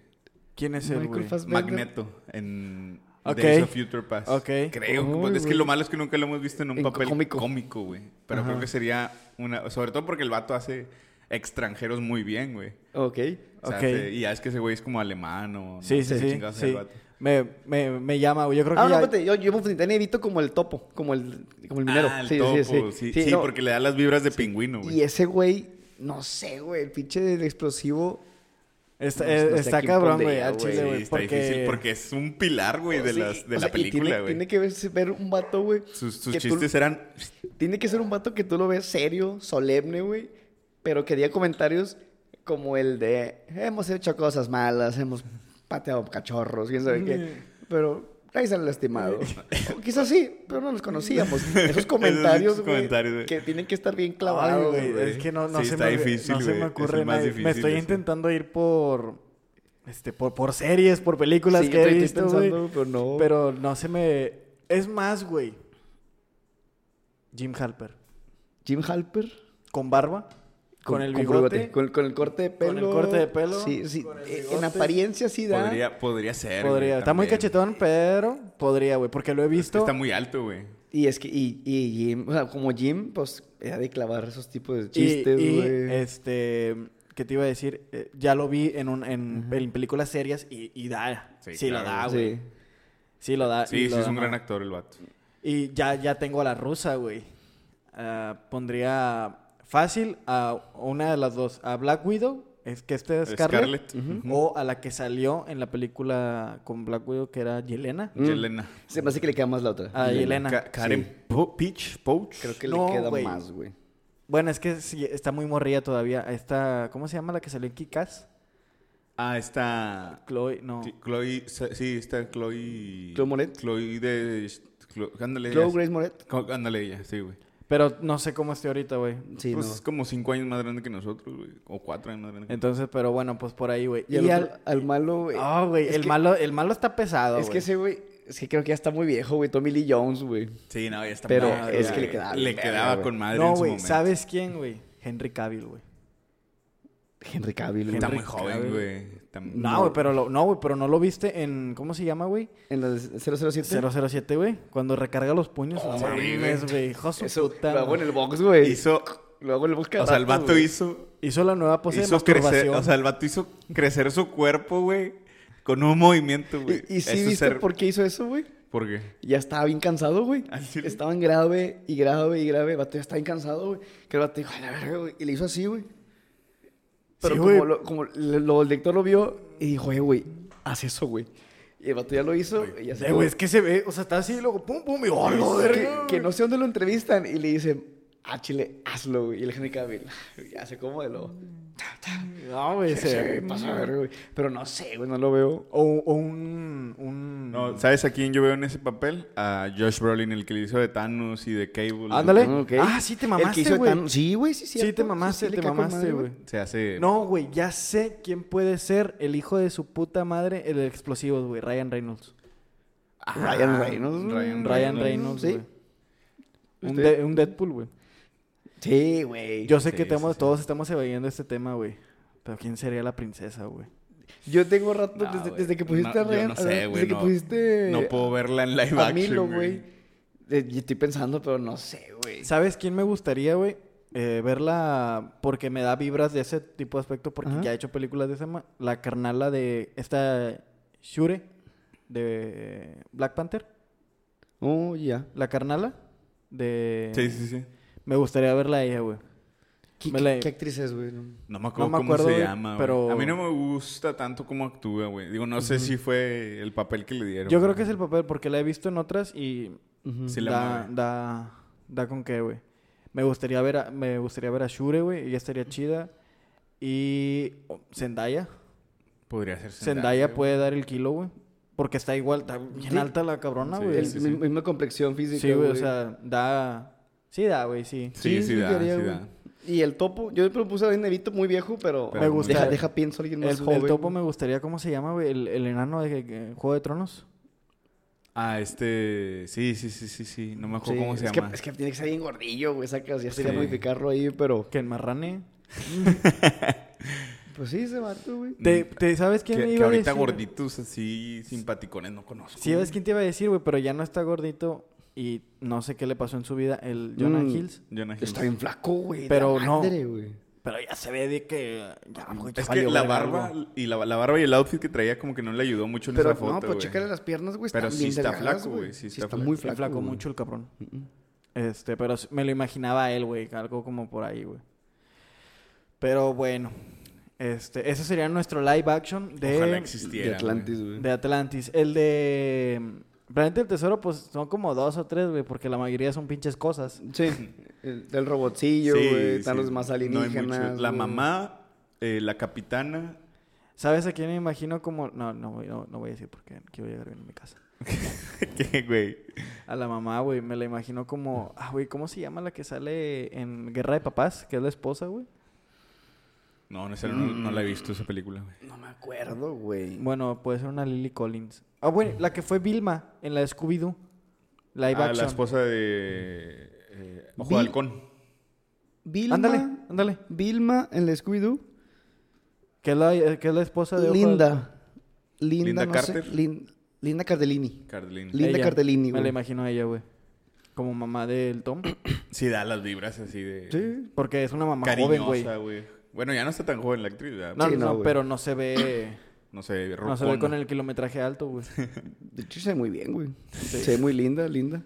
¿Quién es el,
Michael
güey?
Fassbender.
Magneto en
Ok.
Days of Future Past.
Ok.
Creo. que-
Uy,
pues, es que
güey.
lo malo es que nunca lo hemos visto en un
En
papel
cómico.
cómico, güey. Pero creo que sería una... Sobre todo porque el vato hace extranjeros muy bien, güey.
Ok.
O sea,
Ok.
hace- y ya es que ese güey es como alemán o... no
Sí,
sé
sí,
qué
sí.
chingados sea el
sí.
vato.
Me, me, me llama, güey. Yo creo que
Ah, no,
ya-
espérate. Yo, yo me confundí. Danny DeVito como el topo, como el, como el minero.
Ah, el
sí,
topo,
sí, sí,
Sí,
no.
porque le da las vibras de pingüino, güey.
Y ese güey, no sé, güey. El pinche del explosivo.
Está, eh,
No sé- no sé
está
a quién
cabrón,
pondría,
güey, al
güey.
chile,
Sí,
güey.
está
porque...
difícil porque es un pilar, güey, de,
Sí,
las, de
o sea,
la
y
película,
tiene,
güey.
tiene que verse- ver, un vato, güey.
Sus, sus
que tú-
chistes eran...
Tiene que ser un vato que tú lo ves serio, solemne, güey. Pero que diga comentarios como el de... Hemos hecho cosas malas, hemos pateado cachorros, quién sabe qué. Pero ahí sale lastimado. O quizás sí, pero no los conocíamos. Esos comentarios, güey,
comentarios, güey.
que tienen que estar bien
Ay,
clavados,
güey,
güey.
es que no, no
Sí,
se
está
me,
difícil,
no se
güey.
me
Es el
ocurre
más
nadie.
difícil,
Me estoy
sí.
intentando ir por este por, por series, por películas
Sí,
que he
estoy
visto,
pensando,
güey.
pero no.
Pero no se me es más, güey. Jim Halper
Jim Halper...
con barba, con, el bigote,
Con, con el corte de pelo.
Con el corte de pelo,
Sí, sí.
con el
eh, En
bigote.
apariencia sí da.
Podría, podría ser, güey,
podría. Está muy
también.
cachetón, pero podría, güey, porque lo he
Es que
visto.
Está muy alto, güey.
Y es que, y, y Jim, o sea, como Jim, pues, era de clavar esos tipos de
Y-
chistes,
y,
güey.
este, ¿qué te iba a decir? Eh, ya lo vi en, un, en, en películas serias y, y da. Sí,
Sí,
lo
claro,
da,
Sí.
ah, güey. Sí. lo da. y
Sí, sí,
lo
es
da,
un
¿no?
gran actor el vato.
Y ya, ya tengo a la rusa, güey. Ah, pondría fácil a una de las dos. A Black Widow, es que este es Scarlett.
Scarlett.
O a la que salió en la película con Black Widow, que era Yelena.
Mm.
Yelena.
Se me hace que le queda más la otra.
A Yelena.
Ka- Karen Po- Peach, Pouch.
Creo que
No,
le queda
güey.
más, güey.
Bueno, es que sí, está muy morrida todavía. Esta, ¿cómo se llama la que salió en Kikas?
Ah, está...
Chloe, no.
Sí, Chloe... Sí, está Chloe...
¿Chloe Moretz?
Chloe de... Chloe- Ándale, ella.
Chloe Grace Moret.
Co- Ándale, ella, sí, güey.
Pero no sé cómo esté ahorita, güey.
Sí,
pues
no.
es como cinco años más grande que nosotros, güey. O cuatro años más grande que
Entonces, pero bueno, pues por ahí, güey.
Y, al, otro- al malo, güey.
Ah, güey,
Es
el
que-
malo, el malo está pesado,
Es que
güey.
ese, güey, es que creo que ya está muy viejo, güey. Tommy Lee Jones, güey.
Sí, no, ya está
Pero
mal,
es
güey.
que le
quedaba
Le
bien verga,
quedaba
güey.
con madre
No,
en su
güey,
momento.
¿sabes quién, güey? Henry Cavill, güey.
Henry Cavill, güey.
Está
Henry
muy joven,
Cavill.
güey. Está-
No, güey, pero lo, no, güey, pero no lo viste en ¿cómo se llama, güey?
En la de 007.
007, güey, cuando recarga los puños, no
sí,
mames, güey, hijo de su
Eso
puta,
lo hago en
güey.
el box, güey.
Hizo...
Lo hago en el box cada
O sea, el
rato,
vato
güey. Pues
hizo...
hizo la nueva pose de
hizo
masturbación.
crecer, o sea, el vato hizo crecer su cuerpo, güey, con un movimiento, güey.
¿Y, y sí
Eso es
viste
ser-
por qué hizo eso, güey?
¿Por qué?
Ya estaba bien cansado, güey.
Ah,
¿Al chile?
Estaban grave y grave y grave. El vato ya estaba bien cansado, güey. Que el vato dijo, a la verga, güey. Y le hizo así, güey. Pero
Sí,
como,
güey.
lo- como lo- lo- el lector lo vio y dijo, oye, güey, haz eso, güey. Y el vato ya lo hizo. y ya se
Eh,
quedó.
güey, es que se ve, o sea, está así y luego pum pum y oh,
Es
la
que,
verga,
que
güey.
no sé dónde lo entrevistan y le dicen, ah, chile, hazlo, güey. Y el Henry Cavill, ya se como de lo.
No, güey, se-
Sí, pasa, verga, güey. Pero no sé, güey, no lo veo.
o, o un un
No, ¿sabes a quién yo veo en ese papel? A Josh Brolin, el que le hizo de Thanos y de Cable.
Ándale.
Ah, ok.
Ah, sí te
El que
mamaste,
hizo
güey.
tan- Sí, güey, sí,
Sí,
cierto.
te mamaste,
sí le
te
cago en
mamaste,
madre,
güey.
Se hace...
No, güey, ya sé quién puede ser el hijo de su puta madre, el de explosivos, güey, Ryan Reynolds.
Ah, Ryan Reynolds. güey.
Ryan
Ryan Reynolds,
sí.
güey. Un,
Este-
de- un Deadpool, güey.
Sí, güey.
Yo sé
Sí,
que
sí,
tenemos-
sí.
todos estamos evadiendo este tema, güey. Pero ¿quién sería la princesa, güey?
Yo tengo rato,
No,
desde,
güey.
desde que pusiste
No,
a
yo
Ryan-
no sé,
a-
güey,
desde que
no-
pusiste
No puedo verla en live
a Milo,
action,
güey. Eh, y estoy pensando, pero no sé,
Eh.
güey.
¿Sabes quién me gustaría, güey? Eh, verla porque me da vibras de ese tipo de aspecto porque
Ajá.
ya he hecho películas de esa ma- la carnala de esta Shure de Black Panther,
Oh, ya.
la carnala de
Sí, sí, sí.
me gustaría verla a ella, güey.
¿Qué,
Me la-
qué actriz es, güey? No.
No me acuerdo
No me
cómo
acuerdo,
se
güey,
llama, güey.
pero-
A mí no me gusta tanto cómo actúa, güey. Digo, no sé si fue el papel que le dieron.
Yo creo
güey.
que es el papel porque la he visto en otras y
Ujú.
Sí la
da,
mueve.
da, da con qué, güey. Me gustaría ver a, me gustaría ver a Shure, güey, ella estaría chida y oh, Zendaya.
Podría ser
Zendaya pues.
güey.
puede dar el kilo, güey. Porque está igual, está bien
Sí.
alta la cabrona,
Sí,
güey.
El-
Sí,
sí.
mi- Misma complexión física,
güey, o sea, da. Sí, da, güey, sí.
Sí, sí, da,
quería,
sí
güey.
da.
Y el topo, yo propuse a alguien nevito muy viejo, pero,
Pero Me gusta.
Deja, deja pienso a alguien
El,
más
el
joven.
topo me gustaría, ¿cómo se llama, güey? El, el enano de de Juego de Tronos.
Ah, este. Sí, sí, sí, sí, sí. No me acuerdo cómo se
es
llama.
Que, es que tiene que ser bien gordillo, güey, sacas, ya sería
Sí.
modificarlo ahí, pero...
Que enmarrane.
Pues sí, se mató, güey.
¿Te, te- sabes quién
Mm. Que-
me
que
iba a
ahorita
decir?
gorditos así, simpaticones, no conozco.
Sí, ¿sabes quién te iba a decir, güey? Pero ya no está gordito y no sé qué le pasó en su vida. El Jonah
Mm.
Hills.
Jonah Hill.
Está bien flaco, güey.
Pero
la
no.
madre, güey.
Pero ya se ve de que. Ya, güey, ya
Es que
valió
la
verga
barba,
algo.
y la, la barba y el outfit que traía como que no le ayudó mucho en
Pero
esa foto,
no, pues
güey.
chécale las piernas, güey.
Pero
están
sí
bien
está
delgadas,
flaco, güey, sí está
muy
Se
flaco.
enflacó
güey.
mucho el cabrón. Este, pero s- me lo imaginaba a él, güey. Algo como por ahí, güey. Pero bueno. Este, ese sería nuestro live action
Ojalá
de,
existiera.
De Atlantis, güey.
de Atlantis. El de mm, Planeta del Tesoro, pues son como dos o tres, güey, porque la mayoría son pinches cosas.
Sí. El, del
güey.
robotcillo,
Sí,
güey. están
sí.
los más
No hay mucho.
alienígenas.
La
güey.
mamá, eh, la capitana.
¿Sabes a quién me imagino como.? No, no, voy- no, no voy a decir porque quiero llegar bien a mi casa.
¿Qué, güey?
A la mamá, güey, me la imagino como. Ah, güey, ¿cómo se llama la que sale en Guerra de Papás? Que es la esposa, güey.
No, no, esa no, no la he visto esa película, güey.
No me acuerdo, güey.
Bueno, puede ser una Lily Collins. Ah, bueno, la que fue Vilma en la de Scooby-Doo. Live
Ah, la
action.
esposa de eh, Ojo
Vi-
de Halcón.
Vilma.
Ándale, ándale.
Vilma en la Scooby-Doo.
Que es la, eh, que es la esposa de Ojo de-
Linda. Linda.
Linda
no
Carter.
sé, Lin- Linda Cardellini.
Cardelín.
Linda
Ella.
Cardellini,
Me
güey.
la imagino a ella, güey. Como mamá del Tom.
Sí, da las vibras así de.
Porque es una mamá
Cariñosa,
joven, güey.
güey. Bueno, ya no está tan joven la actriz, ¿verdad?
No,
Sí,
no,
no,
no,
güey.
pero no se ve.
No sé,
no se ve con el kilometraje alto, güey.
De hecho, se ve muy bien, güey. Se ve muy linda, linda.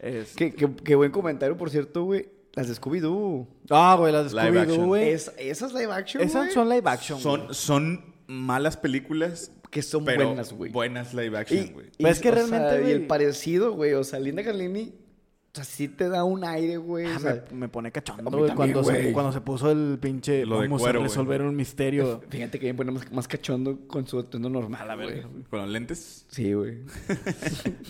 Es-
Qué, qué- qué buen comentario, por cierto, güey. Las de Scooby-Doo.
Ah, güey, las de
Live
Scooby-Doo,
action.
güey.
Es- esas live action,
Esas
güey,
son live action. güey.
Son, son malas películas,
Que son
pero
buenas, güey.
Buenas live
Y,
action, güey.
Pero es que
o sea,
realmente,
y
güey-
el parecido, güey. O sea, Linda Carlini, o sea, sí te da un aire, güey.
Ah,
o sea,
me, me pone cachondo,
a mí
güey.
también,
Cuando, se-
güey.
cuando se puso el pinche.
Lo de
vamos
cuero,
a
güey.
resolver un misterio.
Fíjate que bien pone más, más cachondo con su atuendo normal, güey.
Con los lentes.
Sí, güey.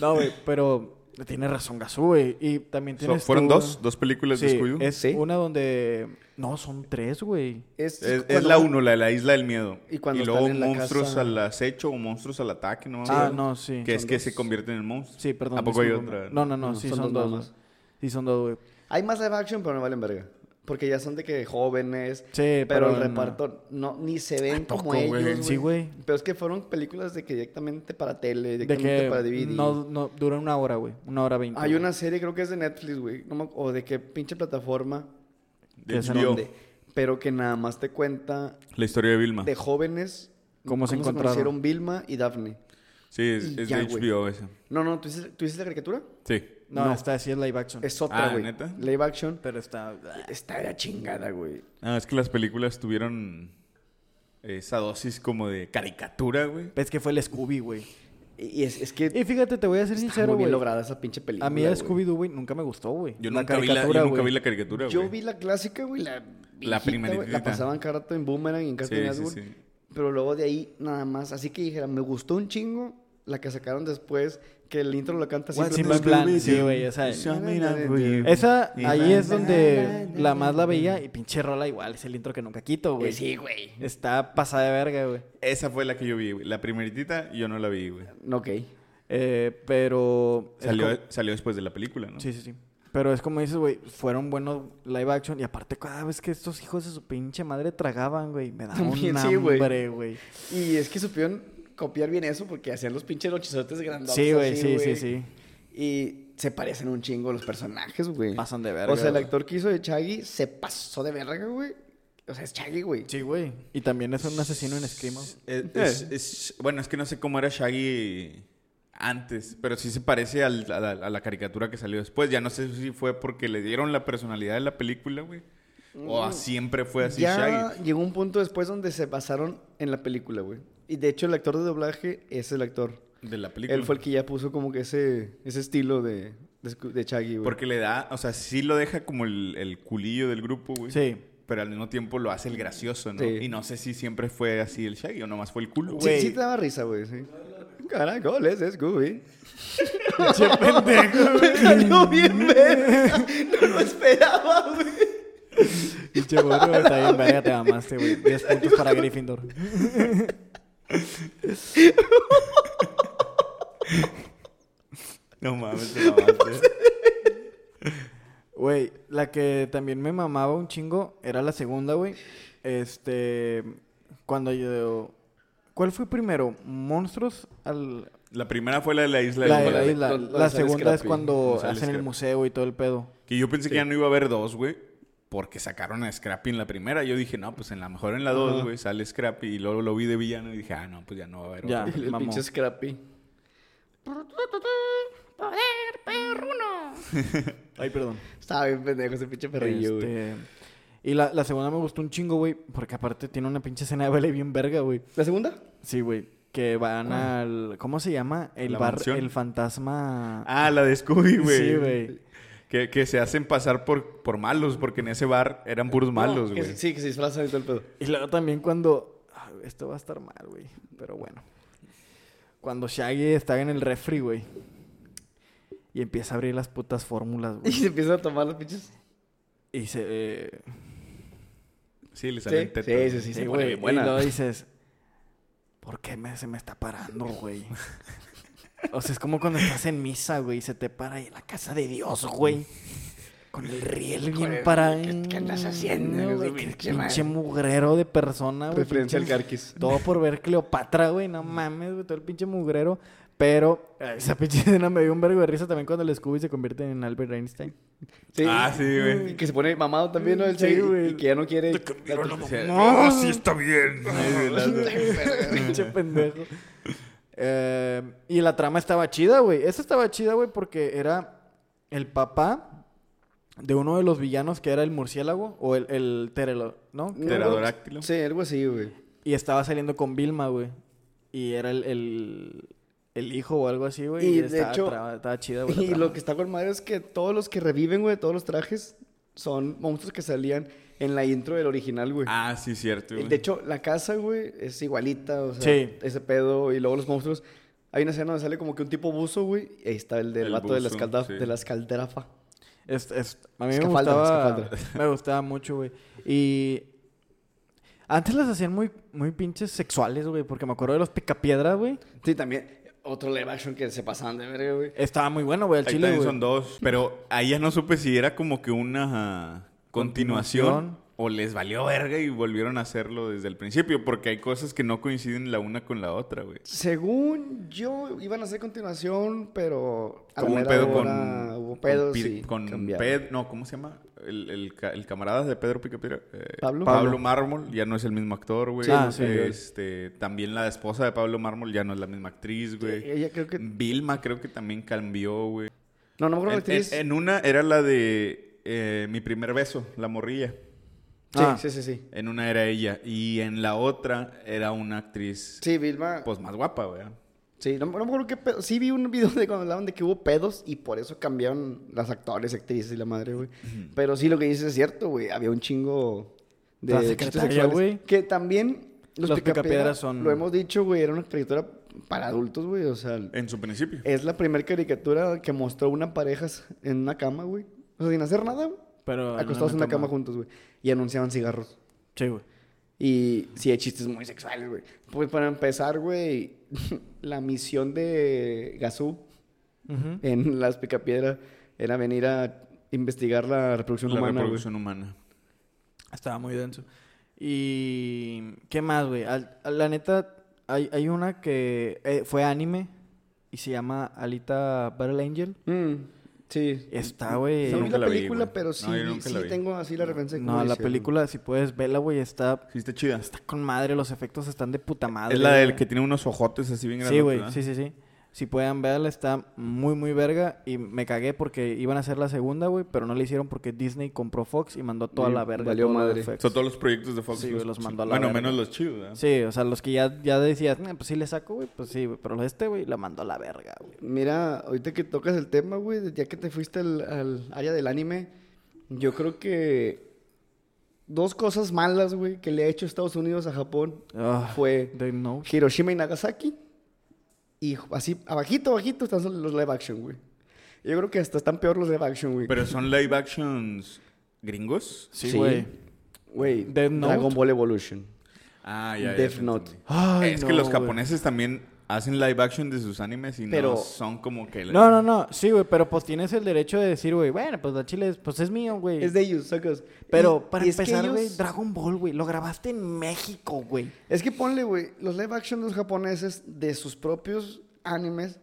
No, güey, pero tiene razón Gazú, güey. Y también
So-
tienes.
fueron
tú-
dos, dos películas de
Sí,
Scooby-Doo.
es
Sí.
una donde. No, son tres, güey.
Es,
Es, es
cuando-
la uno, la de la isla del miedo.
Y cuando
luego
están en la
monstruos
casa-
al acecho o monstruos al ataque, ¿no?
Ah, no, sí.
Que es
Son
que
dos.
se convierten en monstruos.
Sí, perdón.
¿A poco hay
discúlpame.
otra?
No, no, no,
No,
sí,
son
son
dos
dos.
nada
güey. Sí, son dos, güey.
Hay más live action, pero no valen verga. Porque ya son de que jóvenes.
Sí,
pero el
no.
reparto no, ni se ven
poco,
como ellos.
güey?
güey.
Sí, güey.
Pero es que fueron películas de que directamente para tele,
De
directamente para
que
DVD.
no, no dura una hora, güey. Una hora veinte.
Hay
güey.
una serie, creo que es de Netflix, güey. no me- o de qué pinche plataforma.
De
es en
HBO.
donde- pero que nada más te cuenta
La historia de Vilma.
de jóvenes.
¿Cómo se encontraron?
conocieron Vilma y Daphne.
Sí, es,
Y
es
ya,
de
güey.
HBO esa.
No, no, ¿tú dices, ¿tú dices la caricatura?
Sí.
No,
no.
esta sí es live action.
Es otra,
Ah,
güey.
¿neta?
Live action.
Pero está.
Está de la chingada, güey.
Ah, es que las películas tuvieron esa dosis como de caricatura, güey.
Es que fue el Scooby, güey.
Y y es, es que
Y fíjate, te voy a ser
está
sincero,
muy bien
güey.
lograda esa pinche película.
A mí el
güey.
Scooby-Doo, güey, nunca me gustó, güey.
Yo nunca, vi, la, yo nunca vi la caricatura, güey.
Yo vi la clásica, güey, la viejita,
primerita.
güey, La pasaban cada rato en Boomerang y en Cartoon
Sí, sí,
Network.
sí.
Pero luego de ahí, nada más. Así que dijera, me gustó un chingo la que sacaron después, que el intro lo canta
Simple
Simple
Plan, sí, güey, o sea, Esa ahí es donde la más la veía y pinche rola igual, es el intro que nunca quito, güey.
Eh, Sí, güey.
Está pasada de verga, güey.
Esa fue la que yo vi, güey. La primeritita yo no la vi, güey.
Ok.
Eh, pero es
Salió,
como-
salió después de la película, ¿no?
Sí, sí, sí. Pero es como dices, güey, fueron buenos live action. Y aparte, cada vez que estos hijos de su pinche madre tragaban, güey, me daba un
También sí, güey.
hambre, güey.
Y es que supieron copiar bien eso porque hacían los pinches lochizotes grandotes.
Sí, güey,
así,
sí, sí, sí.
Y se parecen un chingo los personajes, güey.
Pasan de verga,
O sea, el
güey.
actor que hizo de Chaggy se pasó de verga, güey. O sea, es Chaggy, güey.
Sí, güey. Y también es un asesino en esquema.
Es- es-
Eh.
es- bueno, es que no sé cómo era Shaggy antes, pero sí se parece al- a, la, a la caricatura que salió después. Ya no sé si fue porque le dieron la personalidad de la película, güey. O a- siempre fue así
Mm. ya
Shaggy.
llegó un punto después donde se basaron en la película, güey. Y de hecho el actor de doblaje es el actor.
De la película.
Él fue el que ya puso como que ese, ese estilo de, de, Sco- de Chaggy, güey.
Porque le da, o sea, sí lo deja como el, el culillo del grupo, güey.
Sí.
Pero al mismo tiempo lo hace el gracioso, ¿no?
Sí.
Y no sé si siempre fue así el Shaggy o nomás fue el culo, güey.
Sí,
güey.
sí te daba risa, güey, sí. Caracoles, Scooby.
pendejo,
Me salió bien, verga. No lo esperaba, güey.
Pinche burro, güey, está bien, verga, te mamaste, güey. 10 puntos para Gryffindor.
No mames, te mamaste.
Güey, la que también me mamaba un chingo era la segunda, güey. Este. Cuando yo. ¿Cuál fue primero? ¿Monstruos al.?
La primera fue la de la isla
La,
del
de la
Guadalupe.
isla.
Don- Don
La
González
segunda es
Scrappy.
cuando
González
hacen el
Scrappy.
museo y todo el pedo.
Que yo pensé que ya no iba a haber dos, güey. Porque sacaron a Scrappy en la primera. Yo dije, no, pues en la mejor en la dos,
Ajá.
güey, sale Scrappy. Y luego lo vi de villano y dije, ah, no, pues ya no va a haber
Ya.
otro.
El
Mamó.
pinche Scrappy.
Poder perruno.
Ay, perdón.
Estaba bien pendejo ese pinche perrillo, güey.
Este, Y la, la segunda me gustó un chingo, güey. Porque aparte tiene una pinche escena de baile bien verga, güey.
¿La segunda?
Sí, güey. Que van al. ¿Cómo se llama? El
Ah. ¿La
bar.
mansión?
El fantasma.
Ah, la de Scooby, güey.
Sí, güey.
Que, que se hacen pasar por, por malos, porque en ese bar eran puros malos,
No, que
güey.
se- sí, que se disfrazan y todo el pedo.
Y luego también cuando. Ah, Esto va a estar mal, güey. Pero bueno. Cuando Shaggy está en el refri, güey. Y empieza a abrir las putas fórmulas,
Y
güey.
se empiezan a tomar los pinches.
Y se. eh,
Sí, le salen
Sí,
tetas.
sí, sí, sí.
sí,
se pone
güey.
bien
Y
buena.
luego dices. ¿Por qué me- se me está parando, güey? O sea, es como cuando estás en misa, güey, y se te para ahí en la casa de Dios, güey. Con el riel bien
Híjole,
parado.
¿qué- qué andas haciendo,
güey?
güey?
Qué
Qué mal.
pinche mugrero de persona, Ah, güey.
Referencia al
pinche-
Garquis.
Todo por ver Cleopatra, güey. No mames, güey. Todo el pinche mugrero. Pero ay, esa pinche escena me dio un vergo de risa también cuando el Scooby se convierte en Albert Einstein.
Sí.
Ah, sí, güey.
Que se pone mamado también, ¿no? El
Sí,
Shaggy,
güey.
Y que ya no quiere.
O sea,
No.
"Ah, sí está bien.
pinche pendejo. Eh, y la trama estaba chida, güey. Esa estaba chida, güey, porque era el papá de uno de los villanos que era el murciélago o el, el terelo, ¿no?
Pterodáctilo.
Sí, algo así, güey.
Y estaba saliendo con Vilma, güey. Y era el, el, el hijo o algo así, güey.
Y
Y,
de
estaba,
hecho-
tra- estaba chida, güey. la
Y
trama.
lo que está con madre es que todos los que reviven, güey, todos los trajes son monstruos que salían en la intro del original, güey.
Ah, sí, cierto, güey.
De hecho, la casa, güey, es igualita, o sea,
Sí.
ese pedo y luego los monstruos. Hay una escena donde sale como que un tipo buzo, güey, y ahí está el del
El
vato de la
buzo,
escalda-
sí.
de la escaldrafa.
Es, es- a mí me
Escafalda,
gustaba,
escafalda.
me gustaba mucho, güey. Y antes las hacían muy, muy pinches sexuales, güey, porque me acuerdo de los picapiedras, güey.
Sí, también otro live action que se pasaban de verga, güey.
Estaba muy bueno, güey, el
Ahí
chile,
también
güey.
son dos. Pero ahí ya no supe si era como que una continuación,
Continuación.
o les valió verga y volvieron a hacerlo desde el principio. Porque hay cosas que no coinciden la una con la otra, güey.
Según yo, iban a hacer continuación, pero a la
Como un
mera
pedo
hora
con.
Hubo pedos
con, Pi-
y
con
cambiaron.
Ped- No, ¿cómo se llama? El, el, ca- el camarada de Pedro Picapiedra. eh,
Pablo.
Pablo Mármol ya no es el mismo actor, güey.
Sí, Ah, no, sí.
este, también la esposa de Pablo Mármol ya no es la misma actriz, güey.
Ella creo que...
Vilma creo que también cambió, güey.
No, no me acuerdo la
En,
actriz.
en- en una era la de eh, Mi primer beso, la morrilla.
Sí,
Ah.
sí, sí, sí.
En una era ella. Y en la otra era una actriz
Sí, Vilma.
pues más guapa, güey.
Sí, no, no me acuerdo qué pedo. Sí vi un video de cuando hablaban de que hubo pedos y por eso cambiaron las actores, actrices y la madre, güey. Pero sí, lo que dices es cierto, güey. Había un chingo de
La
chistes
secretaria,
sexuales.
güey.
Que también los,
Los
picapiedras
picapiedras son-
Lo hemos dicho, güey, era una caricatura para adultos, güey. O sea,
En su principio.
es la primera caricatura que mostró una pareja s- en una cama, güey. O sea, sin hacer nada, güey.
Pero
acostados en
la
una cama juntos, güey. Y anunciaban cigarros.
Sí, güey.
Y sí hay chistes muy sexuales, güey. Pues para empezar, güey, la misión de Gazú
Ujú.
en Las Picapiedras era venir a investigar la reproducción
la
humana, güey.
reproducción humana.
Estaba muy denso. Y. ¿Qué más, güey? Al- a La neta, hay, hay una que eh, fue anime y se llama Alita Battle Angel.
Mm, sí.
Está, güey.
Esa no
Eh, nunca
es la
la vi,
película,
güey.
pero
No,
sí,
yo nunca
sí
la vi.
tengo así la referencia. de
No,
cómo
la
hicieron.
película, si puedes verla, güey, está,
Sí, está chida.
está con madre. Los efectos están de puta madre.
es la del
güey.
que tiene unos ojotes así bien
Sí,
grandes.
güey, sí, sí, sí. Si pueden verla, está muy, muy verga. Y me cagué porque iban a hacer la segunda, güey, pero no la hicieron porque Disney compró Fox y mandó toda
Y
la verga.
valió
todos los
madre.
effects.
Son todos los proyectos de Fox.
Sí, güey, los mandó a la
Bueno,
verga.
menos los chidos, ¿verdad?
Sí, o sea, los que ya, ya decías, "Nah, pues sí le saco, güey, pues sí, güey. Pero este, güey, la mandó a la verga, güey.
Mira, ahorita que tocas el tema, güey, ya que te fuiste al, al área del anime, yo creo que dos cosas malas, güey, que le ha hecho Estados Unidos a Japón
Ah,
fue
They know.
Hiroshima y Nagasaki. Y así, abajito, abajito, están los live action, güey. Yo creo que hasta están peor los live action, güey.
Pero son live actions gringos.
Sí, güey.
Güey,
Death Note.
Dragon Ball Evolution.
Ah, ya. ya,
Death
te
Note.
entendí.
Ay,
es
no,
que los
güey.
japoneses también hacen live action de sus animes y
Pero-
no son como que... la-
No, no, no. Sí, güey, pero pues tienes el derecho de decir, güey, bueno, pues la chile, es- pues es mío, güey.
Es de ellos, sacas.
Pero
Y-
para
y es que
empezar, güey,
ellos-
Dragon Ball, güey, lo grabaste en México, güey.
Es que ponle, güey, los live action de los japoneses de sus propios animes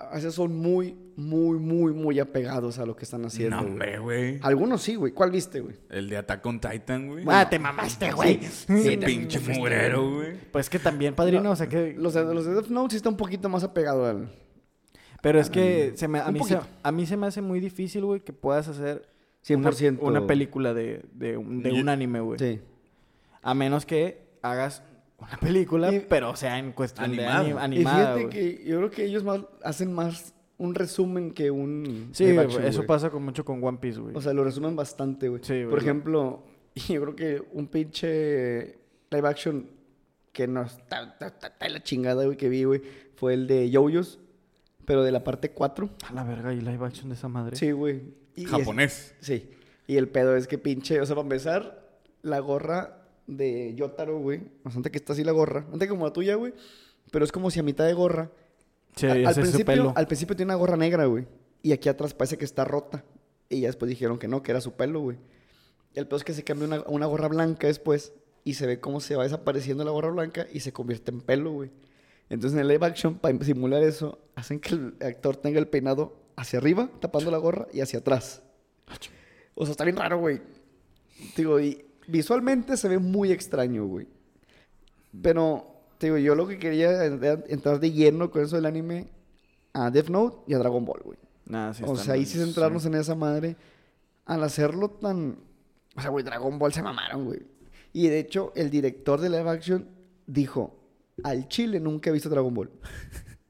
a veces son muy, muy, muy, muy apegados a lo que están haciendo.
No,
güey.
hombre, güey.
Algunos sí, güey. ¿Cuál viste, güey?
El de Attack on Titan, güey.
ah, te mamaste, güey.
Ese pinche
este
mugrero, güey.
Pues que también, padrino,
No,
o sea que...
Los de, los de Death Note sí está un poquito más apegado al...
Pero es que se me, a,
un
mí se,
poquito.
a mí se me hace muy difícil, güey, que puedas hacer... una-
100%.
Una, película de, de, un- de
Yo-
un anime, güey.
Sí.
A menos que hagas una película, pero sea en cuestión
Animada.
de ani-
Y
animada,
fíjate
güey.
que yo creo que ellos más, hacen más un resumen que un...
Sí,
live
güey,
action,
eso
güey.
pasa con mucho con One Piece, güey.
O sea, lo resumen bastante, güey.
Sí, güey.
Por ejemplo, yo creo que un pinche live action que no está, está- está- está de la chingada, güey, que vi, güey, fue el de Yoyos, pero de la parte 4.
A la verga, y live action de esa madre.
Sí, güey. Y- y es-
Japonés.
sí. Y el pedo es que pinche, o sea, para empezar, la gorra de Yotaro, güey, bastante que está así la gorra, bastante como la tuya, güey, pero es como si a mitad de gorra.
Sí,
A- al,
ese es su
principio,
pelo.
al principio tiene una gorra negra, güey. Y aquí atrás parece que está rota. Y ya después dijeron que no, que era su pelo, güey. El peor es que se cambia una, a una gorra blanca después y se ve cómo se va desapareciendo la gorra blanca y se convierte en pelo, güey. Entonces en el live action, para simular eso, hacen que el actor tenga el peinado hacia arriba, tapando la gorra, y hacia atrás. O sea, está bien raro, güey. Digo, y visualmente se ve muy extraño, güey. Pero, te digo, yo lo que quería era entrar de lleno con eso del anime a Death Note y a Dragon Ball, güey.
Nah, sí
o
están
sea, ahí sí
mal.
centrarnos en esa madre. Al hacerlo tan. O sea, güey, Dragon Ball se mamaron, güey. Y de hecho, el director de live action dijo: Al chile nunca he visto Dragon Ball.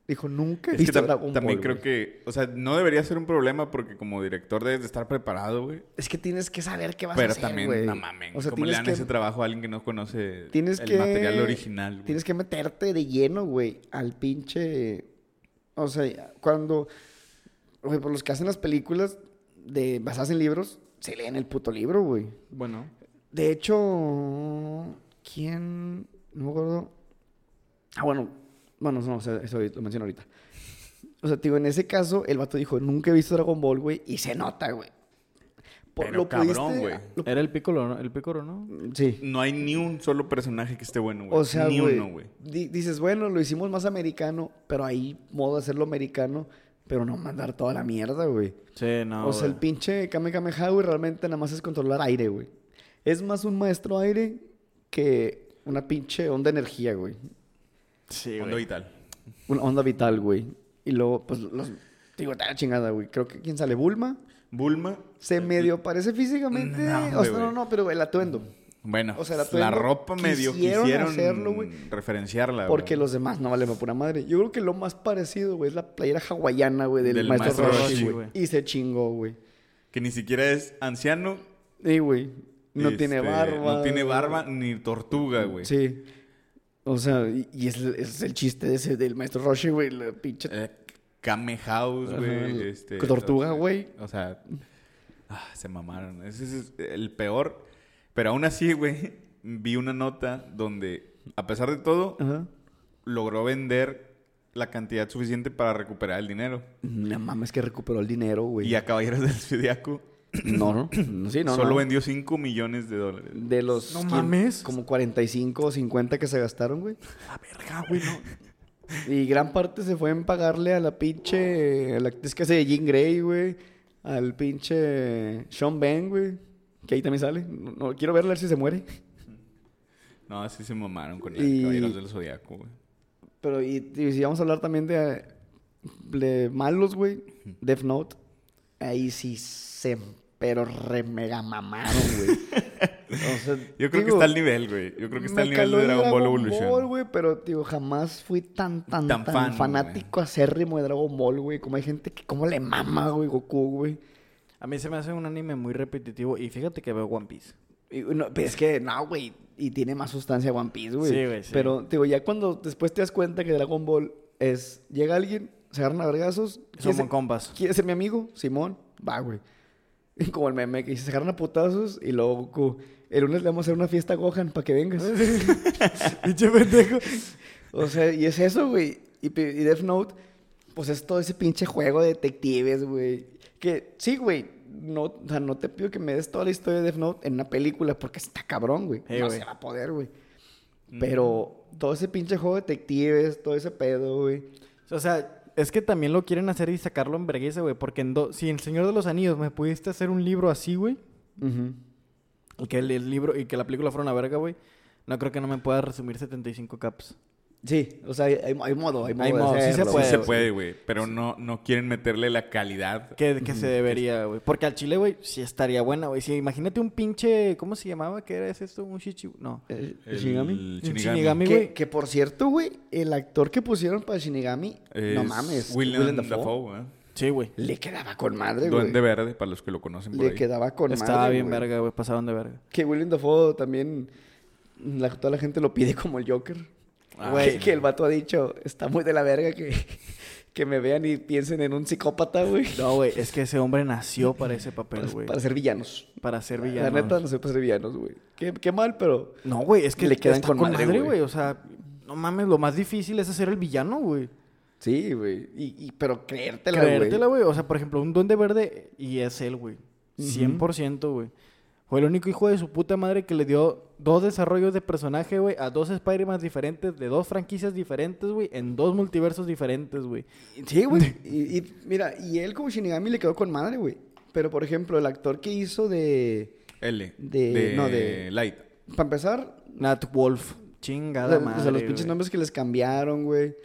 Dijo: Nunca he
Es que
visto
tam-
Dragon
también
Ball.
creo
güey".
que, o sea, no debería ser un problema porque como director debes de estar preparado, güey.
Es que tienes que saber qué vas
Pero
a hacer.
también,
güey.
no mamen,
O sea,
¿cómo le
tienes
dan
que-
ese trabajo a alguien que no conoce
Tienes
el
que.
material original? güey?
Tienes que meterte de lleno, güey, al pinche. O sea, cuando. Güey, por los que hacen las películas de basadas en libros, se leen el puto libro, güey.
Bueno.
De hecho, ¿quién? No me acuerdo. Ah, bueno, bueno, no, o sea, eso ahorita- lo menciono ahorita. O sea, te digo, en ese caso, el vato dijo, nunca he visto Dragon Ball, güey, y se nota, güey. Por-
Pero cabrón, güey.
lo-
Era el Piccolo, ¿no? El Piccolo, ¿no?
Sí.
No hay ni un solo personaje que esté bueno, güey.
O sea,
ni
güey,
uno, güey.
di- dices, bueno, lo hicimos más americano, pero hay modo de hacerlo americano, pero no mandar toda la mierda, güey.
Sí, no,
o sea, el
güey.
pinche Kame Kameha, güey, realmente nada más es controlar aire, güey. Es más un maestro aire que una pinche onda de energía, güey.
Sí,
Mundo
güey.
vital.
Una onda vital, güey. Y luego, pues, los... Digo, está la chingada, güey. Creo que quién sale, Bulma.
Bulma.
Se medio parece físicamente.
No, hombre,
o sea, no,
güey.
no, pero el atuendo.
Bueno,
O sea, el
la
atuendo
ropa medio
quisieron
quisieron,
hacerlo, güey,
referenciarla, güey.
Porque los demás no valen para pura madre. Yo creo que lo más parecido, güey, es la playera hawaiana, güey, del,
Del
maestro,
maestro
Roshi,
Roshi,
güey.
güey.
Y se chingó, güey.
Que ni siquiera es anciano.
Y, güey, no tiene
este,
barba.
No tiene barba ni tortuga, güey.
Sí. O sea, y, y es, es el chiste ese del maestro Roshi, güey, la pinche
Eh, Kame House,
Ajá,
güey.
el-
Este,
tortuga,
o sea,
güey.
O sea, ah, se mamaron. Ese es el peor. Pero aún así, güey, vi una nota donde, a pesar de todo,
Ajá.
logró vender la cantidad suficiente para recuperar el dinero.
No mames que recuperó el dinero, güey.
Y a Caballeros del Zodiaco
No, no, sí, no.
Solo
no.
vendió 5 millones de dólares.
De los.
No
quin-
mames.
Como 45 o 50 que se gastaron, güey.
La verga, güey, no.
Y gran parte se fue en pagarle a la pinche. A la actriz que hace de Jean Grey, güey. Al pinche. Sean Ben, güey. Que ahí también sale. No, no, quiero verla a ver si se muere.
No, así se mamaron con
Y-
el Caballeros del Zodiaco, güey.
Pero, y, y si vamos a hablar también de, de malos, güey, Death Note, ahí sí se, pero re mega mamaron, güey. O sea,
Yo creo que
digo,
está al nivel, güey. Yo creo que está
me
al nivel
caló
de
el
Dragon Ball
Dragon Ball,
Evolution.
güey, pero, digo, jamás fui tan, tan, tan,
Tan fan,
fanático acérrimo de Dragon Ball, güey. Como hay gente que, como le mama, güey, Goku, güey.
A mí se me hace un anime muy repetitivo y fíjate que veo One Piece.
Y no, pero es que, no, güey. Y tiene más sustancia One Piece, güey.
Sí, güey, sí.
Pero, digo, ya cuando después te das cuenta que Dragon Ball es... Llega alguien, se agarran a vergazos... ¿quién
Somos
se-
compas.
¿Quieres ser mi amigo? Simón, va, güey. Y Como el meme que dice, se agarran a putazos y luego Goku, el lunes le vamos a hacer una fiesta a Gohan para que vengas.
Pinche pendejo.
o sea, y es eso, güey. Y, pi- y Death Note, pues es todo ese pinche juego de detectives, güey. Que sí, güey. No, o sea, no te pido que me des toda la historia de Death Note en una película porque está cabrón, güey.
Sí,
no
güey.
se va a poder, güey. Pero todo ese pinche juego de detectives, todo ese pedo, güey.
O sea, es que también lo quieren hacer y sacarlo en vergüenza, güey. Porque en do- si en El Señor de los Anillos me pudiste hacer un libro así, güey.
Ujú.
Y que el, el libro y que la película fuera una verga, güey. No creo que no me pueda resumir 75 caps.
Sí, o sea, hay, hay- hay modo, hay modo.
Hay
de
modo, sí se
hacerlo,
Sí
puede,
güey.
se puede, güey. Pero no, no quieren meterle la calidad.
Que, que se debería, güey. Porque al chile, güey, sí estaría buena, güey. Sí, imagínate un pinche. ¿Cómo se llamaba? ¿Qué era ese esto? Un shichi. No.
El-
El
Un
Shinigami.
Shinigami,
Eh, Que,
güey.
que, por cierto, güey, el actor que pusieron para Shinigami, no mames,
William,
Willem Dafoe,
Dafoe, güey.
Sí, güey.
le quedaba con madre, güey.
Duende Verde, para los que lo conocen por
Le
ahí.
quedaba con
Estaba
madre,
bien
güey.
verga, güey. Pasaban de verga.
Que Willem Dafoe también, la, toda la gente lo pide como el Joker.
Ah,
Güey,
sí.
que el vato ha dicho, está muy de la verga que, que me vean y piensen en un psicópata, güey.
No, güey. Es que ese hombre nació para ese papel, güey.
Pues para ser villanos.
Para ser
La
villano.
neta, no sé, para ser villanos, güey. Qué, qué mal, pero...
No, güey, es que
Le
le
quedan
quedan
con
con,
madre,
madre,
güey.
güey. O sea, no mames, lo más difícil es hacer el villano, güey.
Sí, güey. Y, y- pero creértela, güey.
Creértela, güey. O sea, por ejemplo, un duende verde y es él, güey. 100%, güey. Fue el único hijo de su puta madre que le dio dos desarrollos de personaje, güey, a dos Spider-Man diferentes, de dos franquicias diferentes, güey, en dos multiversos diferentes, güey.
Sí, güey. Y, y mira, y él como Shinigami le quedó con madre, güey. Pero, por ejemplo, el actor que hizo de...
L.
de-
de,
no, de-
Light.
Para empezar,
Nat Wolf. Chingada
la-
madre.
o sea, los pinches
güey.
nombres que les cambiaron, güey.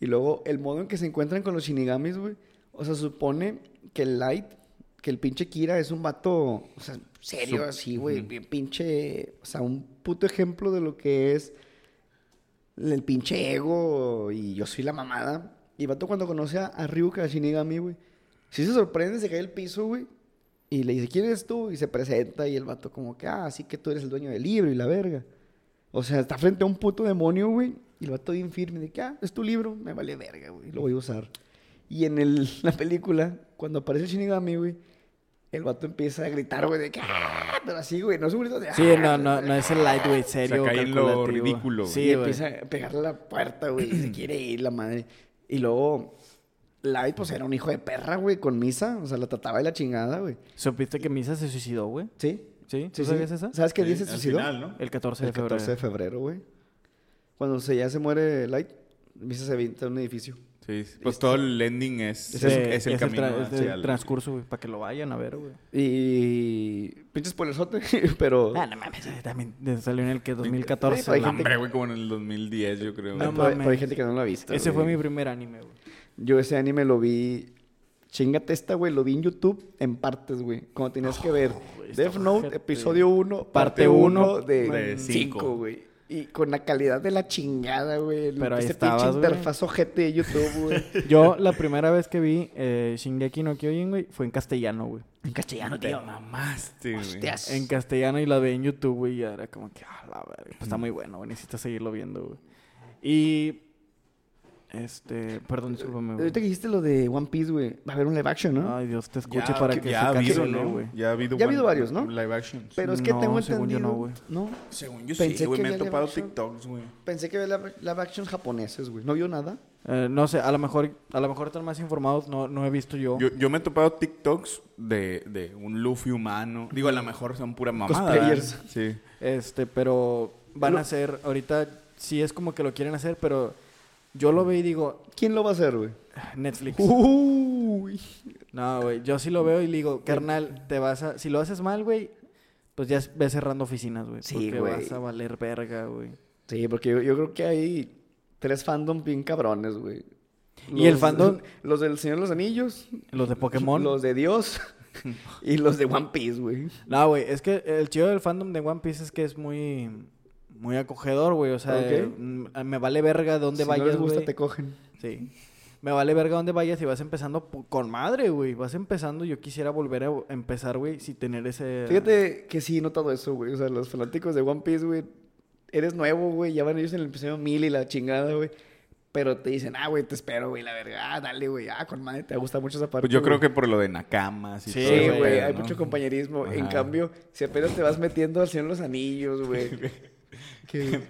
Y luego, el modo en que se encuentran con los Shinigamis, güey. O sea, supone que el Light, que el pinche Kira es un vato, o sea, serio así, güey. bien Pinche, o sea, un puto ejemplo de lo que es el pinche ego y yo soy la mamada. Y el vato cuando conoce a, a Ryuka Shinigami, güey, sí se sorprende, se cae el piso, güey. Y le dice, ¿quién eres tú? Y se presenta y el vato como que, ah, así que tú eres el dueño del libro y la verga. O sea, está frente a un puto demonio, güey. Y el vato bien firme de que, ah, es tu libro, me vale verga, güey, lo voy a usar. Y en el- la película, cuando aparece el Shinigami, güey, el vato empieza a gritar, güey, de que, ah, pero así, güey, no es un grito de,
Sí,
"Ah",
no, no, no es el lightweight serio.
cae en lo
calculativo.
ridículo, güey.
Sí,
y
güey.
empieza a pegarle a la puerta, güey. Y se quiere ir la madre. Y luego, Light, pues era un hijo de perra, güey, con misa. O sea, la trataba de la chingada, güey.
¿Supiste que Misa se suicidó, güey?
¿Sí?
¿Sí?
sí,
¿Tú sabías
sí.
esa?
¿Sabes qué dice
Al
suicidó?
final, ¿no?
El 14 de
El
febrero.
14 de febrero, güey. Cuando se, ya se muere Light, Misa se avienta a un edificio.
Sí,
este.
sí. pues todo el ending es,
Es,
es, es el
es
camino
tra- es
hacia
el
el-
transcurso, güey, para que lo vayan a ver, güey.
Y... Pinche spoilerzote, pero...
Ah, no mames, eh, también de- salió en el que
Sí, hay
2014.
No,
la-
gente-
hombre, güey, como en el 2010, yo creo.
No
Ah, pero-
güey.
pero hay
mames.
gente que no lo ha visto.
Ese fue
güey.
mi primer anime, güey.
Yo ese anime lo vi. Chingate esta, güey. Lo vi en YouTube en partes, güey. Como tenías que ver
güey, está
Death Note,
ojete.
episodio 1, parte
Parte
1
uno
de
de
5,
cinco.
güey. Y con la calidad de la chingada, güey. el-
Pero ahí
ese
estabas,
pinche
güey.
interfaz ojete de YouTube, güey.
Yo la primera vez que vi eh, Shingeki no Kyojin, güey, fue en castellano, güey.
en castellano, tío.
Mamaste, güey.
Hostias.
En castellano y la vi en YouTube, güey, y era como que, ah, la verga, pues está muy bueno, güey, necesitas seguirlo viendo, güey. Y Este, perdón, discúlpame, güey.
Ahorita que dijiste lo de One Piece, güey, va a haber un live action, ¿no?
Ay, Dios te escuche para que
ya
se
ha habido,
cancele,
¿no?
güey.
Ya ha habido,
Ya ha habido
one-
varios, ¿no?
Live actions.
Pero es que
no,
tengo
según
entendido.
yo no, güey.
no,
Según yo
Pensé
sí, güey.
que
Me he
había live
topado
action.
TikToks, güey.
pensé que había live, live action japoneses, güey. ¿No vio nada?
Eh, no sé, a lo mejor, a lo mejor están más informados, no, no he visto yo.
Yo, yo me he topado TikToks de, de un Luffy humano. Digo, a lo mejor son pura mamada.
Cosplayers.
Sí.
Este, pero van
No.
a hacer, ahorita sí es como que lo quieren hacer, pero yo lo veo y digo,
¿Quién lo va a hacer, güey?
Netflix.
Uh. Uy.
No, güey, yo sí lo veo y le digo, carnal, te vas a, si lo haces mal, güey, pues ya ves cerrando oficinas, güey.
Sí,
porque
güey.
vas a valer verga, güey.
Sí, porque yo, yo creo que hay tres fandom bien cabrones, güey.
¿Y el fandom?
Los del Señor de los Anillos.
Los de Pokémon.
Los de Dios. y los de One Piece, güey.
No, güey, es que el chido del fandom de One Piece es que es muy, muy acogedor, güey. O sea,
Ok.
eh, mm, me vale verga dónde
si
vayas,
no les gusta,
güey.
te cogen.
Sí. Me vale verga dónde vayas y vas empezando pu- con madre, güey. Vas empezando. Yo quisiera volver a empezar, güey, si tener ese...
Fíjate que sí he notado eso, güey. O sea, los fanáticos de One Piece, güey. Eres nuevo, güey. Ya van ellos en el episodio 1000 y la chingada, güey. Pero te dicen, ah, güey, te espero, güey, la verga. Ah, dale, güey. Ah, con madre, te gusta mucho esa parte.
Pues yo creo
güey.
que por lo de Nakamas y
Sí,
todo
Sí,
ese
güey,
pedo,
hay
¿no?
mucho compañerismo. En
Ajá.
cambio, si apenas te vas metiendo al Señor de los Anillos, güey. que-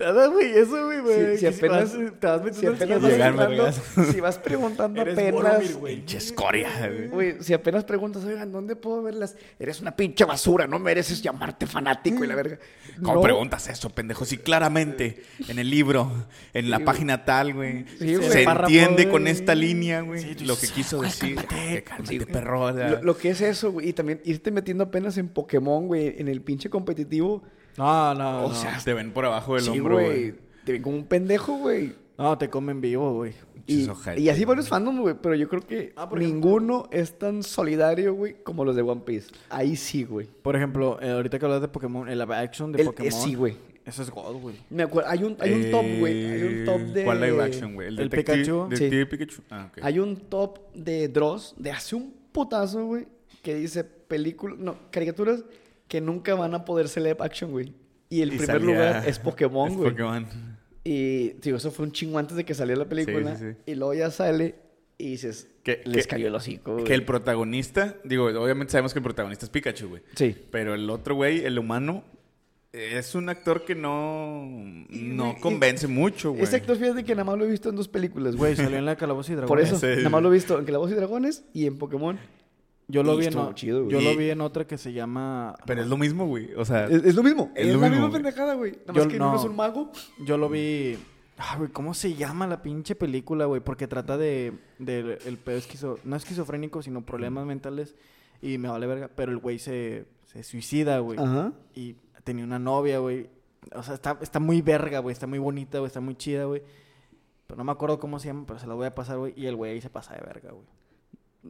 Nada, güey, eso, güey,
Si,
güey.
si
que si
apenas,
vas- te vas metiendo
si
al
apenas
sillón,
vas
Llegar,
preguntando,
vergas.
si vas preguntando
eres
apenas,
Boromir, güey.
Pinche escoria, güey.
Güey, si apenas preguntas, oigan, ¿dónde puedo verlas? Eres una pinche basura, no mereces llamarte fanático y la verga.
¿Cómo
No,
preguntas eso, pendejo? Sí, claramente, en el libro, en la página tal, güey.
Sí, güey.
se
Párrafo,
entiende
güey.
con esta línea, güey.
Sí, tú
lo que
dices,
quiso decir. Cálmate,
Sí,
cálmate
güey.
perro. o sea,
Lo, lo que es eso, güey. Y también irte metiendo apenas en Pokémon, güey, en el pinche competitivo.
No, no,
o
no.
sea,
te ven por abajo del
sí,
hombro,
güey.
güey.
Te ven como un pendejo, güey.
No, te comen vivo, güey.
Y,
Pinches ojetes,
y así
güey.
varios fandoms, güey. Pero yo creo que
Ah, por
ninguno es tan solidario, güey, como los de One Piece. Ahí sí, güey.
Por ejemplo, eh, ahorita que hablas de Pokémon, el live action de
El- eh,
Pokémon.
sí, güey.
Eso es God, güey.
Me acuerdo, hay un, hay un top, güey. Hay un top
Eh,
de.
¿Cuál live action, güey?
el
detective-
Pikachu?
Detective Pikachu. Ah, ok.
Hay un top de Dross de hace un putazo, güey, que dice películas, no, caricaturas que nunca van a poder ser live action, güey. Y el
Y
primer
salía-
lugar es Pokémon,
es
güey.
Pokémon.
Y digo, eso fue un chingo antes de que saliera la película.
sí, sí.
Y luego ya sale y dices,
Que-
les
que-
cayó el hocico, güey.
Que el protagonista, digo, obviamente sabemos que el protagonista es Pikachu, güey.
Sí.
Pero el otro güey, el humano, es un actor que no, no
güey,
convence mucho, güey.
Ese actor, fíjate que nada más lo he visto en dos películas, güey.
Güey, salió en la Calabozo y Dragones.
Por eso,
Ese-
nada más lo he visto en Calabozos y Dragones y en Pokémon.
Yo lo,
Y
vi en,
estuvo
o-
chido, güey.
yo lo
Y-
vi en otra que se llama...
Pero es lo mismo, güey. O sea,
Es, es lo mismo.
Es
Es,
lo
la
mismo,
misma
güey.
pendejada, güey. Nada
Yo
más que
no.
uno es un mago.
Yo lo vi. Ah, güey, ¿cómo se llama la pinche película, güey? Porque trata de. del el pedo esquizo. No esquizofrénico, sino problemas mentales. Y me vale verga. Pero el güey se, se suicida, güey.
Ajá.
Y tenía una novia, güey. O sea, está, está muy verga, güey. Está muy bonita, güey. Está muy chida, güey. Pero no me acuerdo cómo se llama, pero se la voy a pasar, güey. Y el güey ahí se pasa de verga, güey.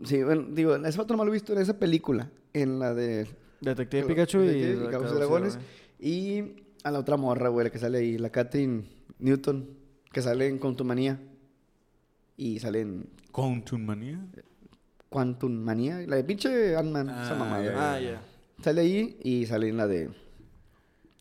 Sí, bueno, digo, ese vato nomás lo he visto en esa película, en la de...
Detective Pikachu y.
Detective Pikachu y
Calabozos y
Dragones. Y a la otra morra, güey, la que sale ahí, la Catherine Newton, que sale en Contumanía. Y sale en
Quantum Manía.
Quantum Manía, la de pinche Ant-Man, esa
Ah,
mamada.
ya,
Ah, ya.
Sale ahí y sale en la de...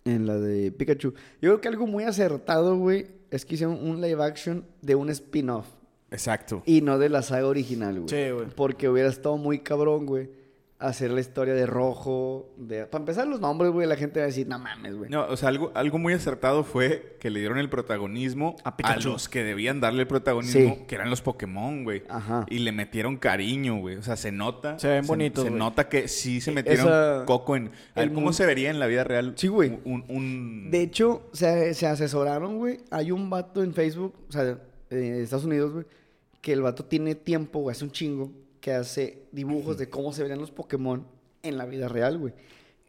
En la de Pikachu. Yo creo que algo muy acertado, güey, es que hicieron un live action de un spin-off.
Exacto.
Y no de la saga original, güey.
Sí, güey.
Porque hubiera estado muy cabrón, güey. Hacer la historia de rojo. De... Para empezar, los nombres, güey, la gente va a decir, no mames, güey.
No, o sea, algo, algo muy acertado fue que le dieron el protagonismo
A
a,
Pikachu.
los que debían darle el protagonismo,
Sí. Ah,
que eran los Pokémon, güey.
Ajá.
Y le metieron cariño, güey. O sea, se nota.
Se ven bonitos,
Se
güey.
nota que sí se metieron
E-, Esa-
coco en. A ver,
el
¿cómo
mun-
se vería en la vida real?
Sí, güey.
Un. un-
De hecho, se, se asesoraron, güey. Hay un vato en Facebook, o sea, en Estados Unidos, güey, que el vato tiene tiempo, güey, hace un chingo, que hace dibujos de cómo se verían los Pokémon en la vida real, güey.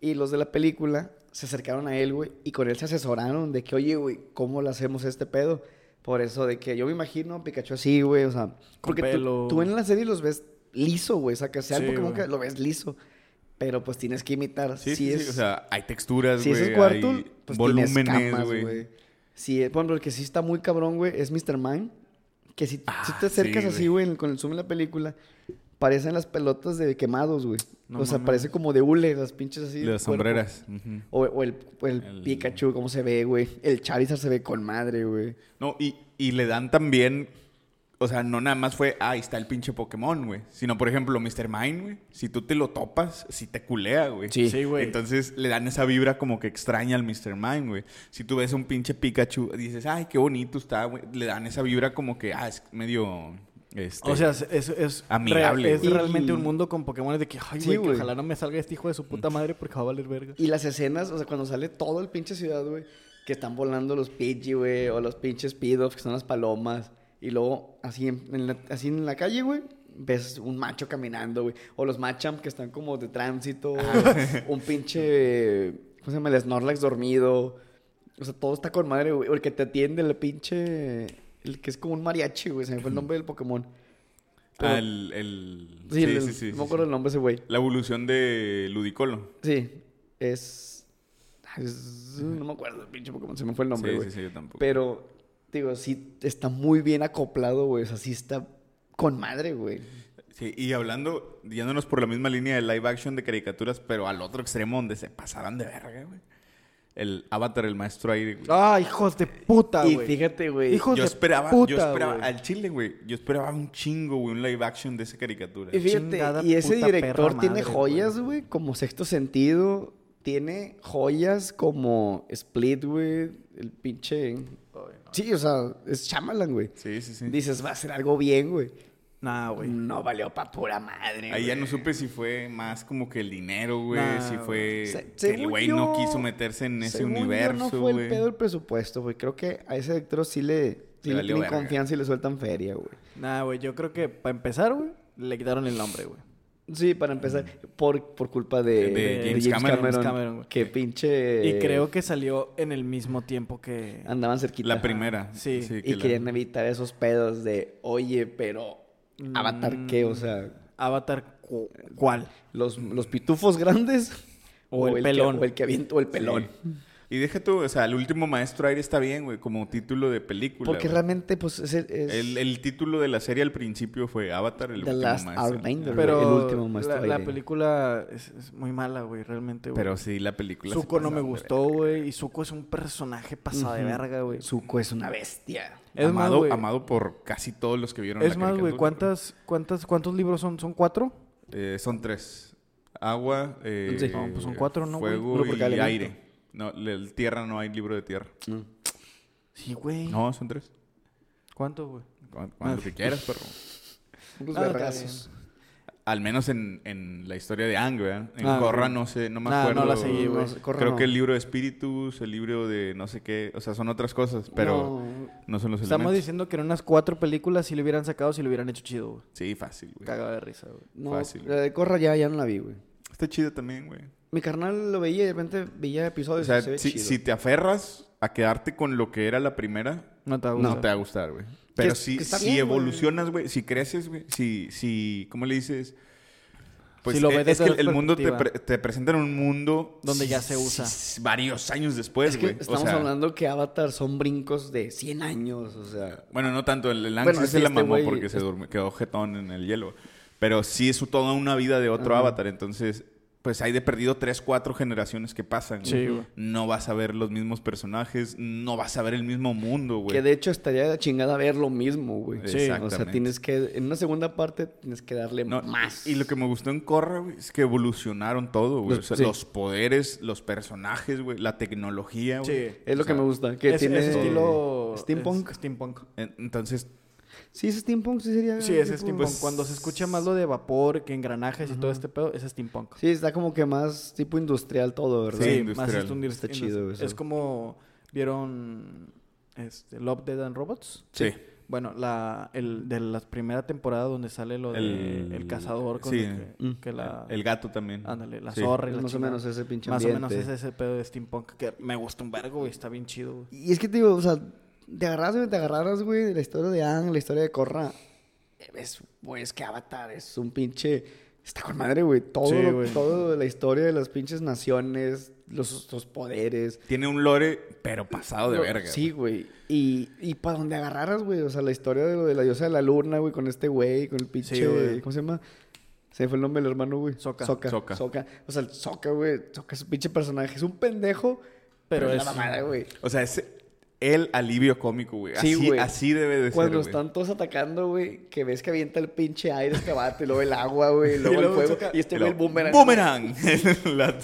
Y los de la película se acercaron a él, güey, y con él se asesoraron de que, oye, güey, ¿cómo le hacemos este pedo? Por eso, de que yo me imagino a Pikachu así, güey, o sea, porque tú-
pelo.
tú, en la serie los ves liso, güey, o sea, que sea el
Sí,
Pokémon
güey.
que lo ves liso, pero pues tienes que imitar.
Sí,
si
sí, sí,
es,
O sea, hay texturas,
si
güey.
es el
hay
cuarto, pues tiene
volúmenes,
escamas,
güey.
güey. Sí, eh, por ejemplo, el que sí está muy cabrón, güey, es Mr. Mime. Que si,
Ah,
si te acercas
sí,
así, güey, en- con el zoom en la película, parecen las pelotas de quemados, güey.
No
o sea,
mames.
parece como de hule, las pinches así. del
Las
cuerpo.
sombreras. ujú.
O, o el, o el
El-
Pikachu, cómo se ve, güey. El Charizard se ve con madre, güey.
No, y, y le dan también O sea, no nada más fue, ah, ahí está el pinche Pokémon, güey. Sino, por ejemplo, Mr. Mime, güey. Si tú te lo topas, si te culea, güey.
Sí. Sí, güey.
Entonces le dan esa vibra como que extraña al Mr. Mime, güey. Si tú ves un pinche Pikachu, dices, ay, qué bonito está, güey. Le dan esa vibra como que, ah, es medio. Este,
O sea, es, es, es
Amigable,
real- es
güey.
realmente un mundo con Pokémon de que, ay,
Sí,
güey, que
güey.
ojalá no me salga este hijo de su
Mm.
puta madre porque va a valer verga.
Y las escenas, o sea, cuando sale todo el pinche ciudad, güey, que están volando los Pidgey, güey, o los pinches Pidoffs, que son las palomas, y luego así en, en la, así en la calle, güey, ves un macho caminando, güey, o los Machamp que están como de tránsito, un pinche, ¿cómo se llama? El Snorlax dormido, o sea, todo está con madre, güey, o el que te atiende, el pinche, el que es como un mariachi, güey, se me fue el nombre del Pokémon. pero-
ah, el, el-
Sí, el- no me acuerdo
sí.
el nombre de ese güey.
La evolución de Ludicolo.
Sí, es... es- No me acuerdo el pinche Pokémon, se me fue el nombre,
sí,
güey.
sí, sí, yo tampoco.
Pero, digo, sí está muy bien acoplado, güey. O sea, sí está con madre, güey.
Sí, y hablando, yéndonos por la misma línea de live action de caricaturas, pero al otro extremo donde se pasaran de verga, güey. El Avatar, el maestro aire, güey.
Ah, hijos de puta,
y
Ah, güey.
fíjate, güey.
Hijo- hijos
yo
de
esperaba, yo
puta,
esperaba,
güey.
al chile, güey. Yo esperaba un chingo, güey, un live action de esa caricatura.
Y fíjate,
Chingada
y ese
puta
director
perra
tiene
madre,
joyas,
güey.
güey, como sexto sentido. Tiene joyas como Split, güey. El pinche. Sí, o sea, es Shyamalan, güey.
Sí, sí, sí.
Dices, va a ser algo bien, güey.
Nah, güey.
No valió pa' pura madre.
Ahí ya
güey.
no supe si fue más como que el dinero, güey.
Nah,
si
güey.
fue
Se-
que el
según
güey
yo-
no quiso meterse en ese
según yo, No
universo, güey.
fue el pedo el presupuesto, güey. Creo que a ese director sí le, sí le
valió
tienen
verga.
confianza y le sueltan feria, güey.
Nah, güey. Yo creo que para empezar, güey, le quitaron el nombre, güey.
Sí, para empezar, por, por culpa de,
Mm. De
de
James
James,
Cameron.
Cameron.
James Cameron, güey.
que pinche.
Y creo que salió en el mismo tiempo que.
Andaban cerquita.
La primera.
Sí.
que
Y
la-
querían evitar esos pedos de, oye, pero.
Mm.
¿Avatar qué? O sea,
Avatar, cu- ¿cuál?
los, los pitufos grandes.
O el
que-
pelón.
o el que avienta, o el pelón.
Sí. Y deja tú, o sea, el último maestro aire está bien, güey, como título de película.
Porque
güey.
realmente, pues, es el. es-
El, el título de la serie al principio fue Avatar, el
The
último
Last
maestro.
Airbender.
Pero
El último maestro
la, la
aire.
película es, es muy mala, güey, realmente, güey.
Pero sí, la película. se
Zuko no
pasaba
me
de
gustó, güey. Y Zuko es un personaje pasado de
Ujú.
verga, güey.
Zuko es una bestia.
Es más,
amado,
güey.
amado por casi todos los que vieron
Es
la
más, güey,
caricatura.
¿cuántas, cuántas, ¿cuántos libros son? ¿Son cuatro?
Eh, son tres. Agua, eh,
Sí.
No, pues son cuatro, ¿no, güey?
Fuego
Uno por
y
cada elemento.
aire. No, le- el tierra no hay libro de tierra.
Mm. Sí, güey.
No, son tres.
¿Cuántos, güey?
Cuando, cuando
Ah.
que quieras, pero...
Unos
Ah, está
vergazos.
Al menos en, en la historia de Ang, ¿verdad? En
Ah,
Corra
güey.
no sé, no me
Nah, no
acuerdo.
la seguí, güey.
No, Corra
Creo
no.
que el libro de espíritus, el libro de no sé qué, o sea, son otras cosas, pero
No.
no, son los
Estamos
elementos.
diciendo que en unas cuatro películas sí lo hubieran sacado si lo hubieran hecho chido, güey.
Sí, fácil, güey.
Cagado de risa, güey.
No,
Fácil.
la de Corra ya, ya no la vi, güey.
Está chido también, güey.
Mi carnal lo veía y de repente veía
O
episodios.
sea,
y se ve
si,
chido.
si te aferras a quedarte con lo que era la primera,
No te va a
no
gustar.
te va a gustar, güey. Pero
Que-
si,
que está
si
bien, güey.
evolucionas, güey, si creces, güey, si, si, ¿cómo le dices? Pues
Si lo
eh,
ves
es
desde
que
otra
el mundo te,
perspectiva.
pre- te presenta en un mundo
Donde ya se
s-
usa.
s- varios años después,
Es que
güey. O
estamos
sea,
hablando que Avatar son brincos de 100 años, o sea.
Bueno, no tanto. El, el Ang
Bueno,
sí
es
se
que
la
este
mamó
güey-
porque se
es-
durmió, quedó jetón en el hielo. Pero sí es toda una vida de otro avatar. Entonces, pues hay de perdido tres, cuatro generaciones que pasan.
Sí, güey.
No vas a ver los mismos personajes. No vas a ver el mismo mundo, güey.
Que de hecho estaría de la chingada ver lo mismo, güey.
Sí.
O sea,
Exactamente.
tienes que. En una segunda parte tienes que darle
No,
más.
Y lo que me gustó en Corra, güey, es que evolucionaron todo, güey. O
Los-
sea, Los,
sí.
poderes, los personajes, güey, la tecnología, güey.
Sí.
Es lo
o
que
sea,
me gusta. Que
Es,
tiene. este
es estilo...
Steampunk.
es steampunk.
En- Entonces,
Sí, es steampunk, sí sería.
Sí, es
tipo-
steampunk. Cuando se escucha más lo de vapor que engranajes y todo este pedo, es steampunk.
Sí, está como que más tipo industrial todo, ¿verdad?
Sí,
Sí,
industrial.
más es un-
Está chido eso.
Es como vieron este Love Dead and Robots.
sí.
Bueno, la el de la primera temporada donde sale lo del el cazador con
sí,
el que, que la
el gato también.
ándale, la
Sí.
zorra y
Es
la
Mm. Pues más o
chingada.
menos ese pinche
Más o menos
ambiente.
es ese pedo de steampunk que me gusta un vergo, güey, está bien chido. güey.
Y es que te digo, o sea, te agarras, güey, te agarras, güey, de la historia de Ang, la historia de Korra. Es, güey, es que Avatar es un pinche. Está con madre, güey. Todo,
Sí,
lo-
güey.
todo de la historia de las pinches naciones, los, los poderes.
Tiene un lore, pero pasado de
Lo-
verga.
Sí, güey. Y, y para donde agarraras, güey. O sea, la historia de lo de la diosa de la luna, güey, con este güey, con el pinche.
Sí, güey.
¿Cómo se llama? Se me fue el nombre del hermano, güey.
Sokka.
Soca.
Sokka.
Soca. O sea, el Soca, güey. Soca es un pinche personaje. Es un pendejo. Pero,
Pero
es
es-
la mamada, güey.
O sea, ese, el alivio cómico, güey.
Sí,
así,
güey.
así debe de
Cuando
ser, güey.
están todos atacando, güey, que ves que avienta el pinche aire este vato y luego el agua, güey, y
Y
luego el
luego
fuego.
saca-
Y este
y
güey el
luego,
boomerang.
¡Boomerang! La-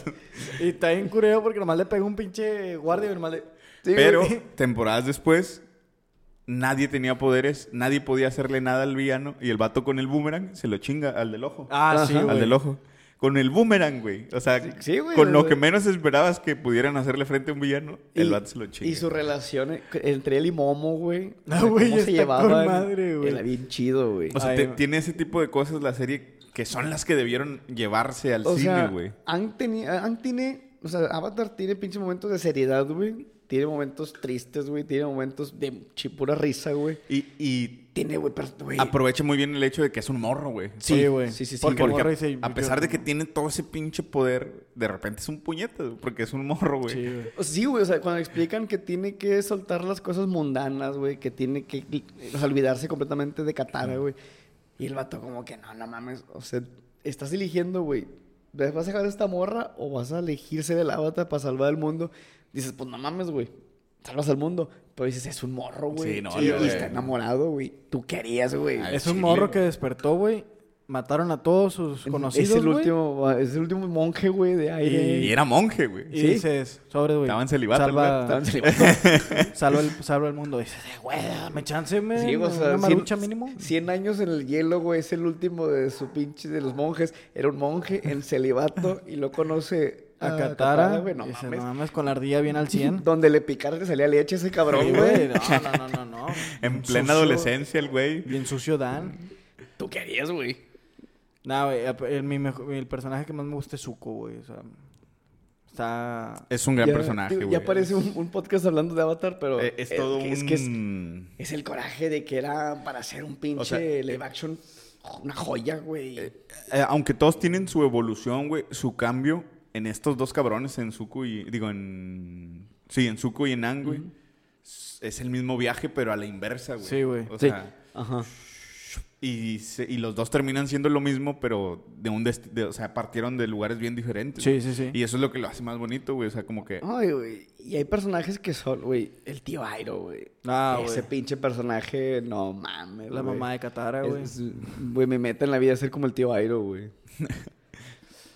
Y está bien curioso porque nomás le pegó un pinche guardia y nomás le...
Sí, güey.
Pero temporadas después, nadie tenía poderes, nadie podía hacerle nada al villano y el vato con el boomerang se lo chinga al del ojo.
Ah,
Ajá.
sí,
al
güey.
del ojo. Con el boomerang, güey. O sea,
sí, güey,
con
o
lo
sea.
que menos esperabas que pudieran hacerle frente a un villano, el
Y-
vato se lo chinga.
Y su relación entre él y Momo, güey.
Ah,
o sea,
güey,
cómo
está con madre, güey.
Era bien chido, güey.
O sea,
Ay,
te-
güey.
tiene ese tipo de cosas la serie que son las que debieron llevarse al
O
cine,
sea,
güey.
Ang, teni- Ang tiene, o sea, Avatar tiene pinche momentos de seriedad, güey. Tiene momentos tristes, güey. Tiene momentos de chi- pura risa, güey.
Y, y
Tiene, güey, pero, güey.
aprovecha muy bien el hecho de que es un morro, güey.
Sí, güey.
sí, sí, sí,
Porque
Porque
morro
a-
dice,
a,
yo-
pesar de que tiene todo ese pinche poder, de repente es un puñetazo, porque es un morro, güey.
Sí, güey.
O sea, Sí, güey, o sea, cuando explican que tiene que soltar las cosas mundanas, güey, que tiene que o sea, olvidarse completamente de Katara, güey. Y el vato como que, no, no mames, o sea, estás eligiendo, güey, ¿vas a dejar a esta morra o vas a elegirse del avatar para salvar el mundo? Dices, pues no mames, güey, salvas al mundo. Pero dices, es un morro, güey.
Sí, no, Ah,
y,
no, güey.
está enamorado, güey. Tú querías, güey.
Ay,
Es un
Chile,
morro
güey.
que despertó, güey. Mataron a todos sus conocidos,
es el
güey.
último, ah, es el último monje, güey, de aire.
Y era monje, güey.
Y
Sí.
dices, sobre, güey.
Estaban celibato,
salva,
Ah,
güey.
salva, el, salva el mundo. Dices, "Eh, güey, me chance, me.
Sí, o sea,
una
cien-
marucha mínimo.
100 años en el hielo, güey, es el último de su pinche de los monjes. Era un monje en celibato y lo conoce
a Katara.
güey, no
dice,
mames.
Ah, no mames, con la ardilla bien al 100.
Donde le picara le salía leche a ese cabrón,
Sí, güey.
güey.
No, no, no, no, no.
En
Bien
plena
sucio,
adolescencia, el güey.
Bien sucio Dan.
Tú querías, güey.
No, güey, ap- el, mi mejo- el personaje que más me gusta es Zuko, güey. O sea, está...
Es un gran
Ya-
personaje,
digo,
güey.
Ya parece un, un podcast hablando de Avatar, pero.
Eh, Es, todo
que-
un...
Es que es, es el coraje de que era para hacer un pinche
sea,
live action, una joya, güey.
Eh, aunque todos tienen su evolución, güey, su cambio en estos dos cabrones, en Zuko y... Digo, en... Sí, en Zuko y en Ang, güey. Es- Es el mismo viaje, pero a la inversa, güey.
Sí, güey.
O
Sí.
sea...
Ajá.
Y, se- y los dos terminan siendo lo mismo, pero de un desti- de- o sea, partieron de lugares bien diferentes.
Sí,
güey.
sí, sí.
Y eso es lo que lo hace más bonito, güey. O sea, como que.
Ay, güey. Y hay personajes que son, güey. El tío Airo, güey.
Ah,
Ese
güey.
pinche personaje, no mames.
La mamá de Katara, güey.
Güey, me meta en la vida a ser como el tío Airo, güey.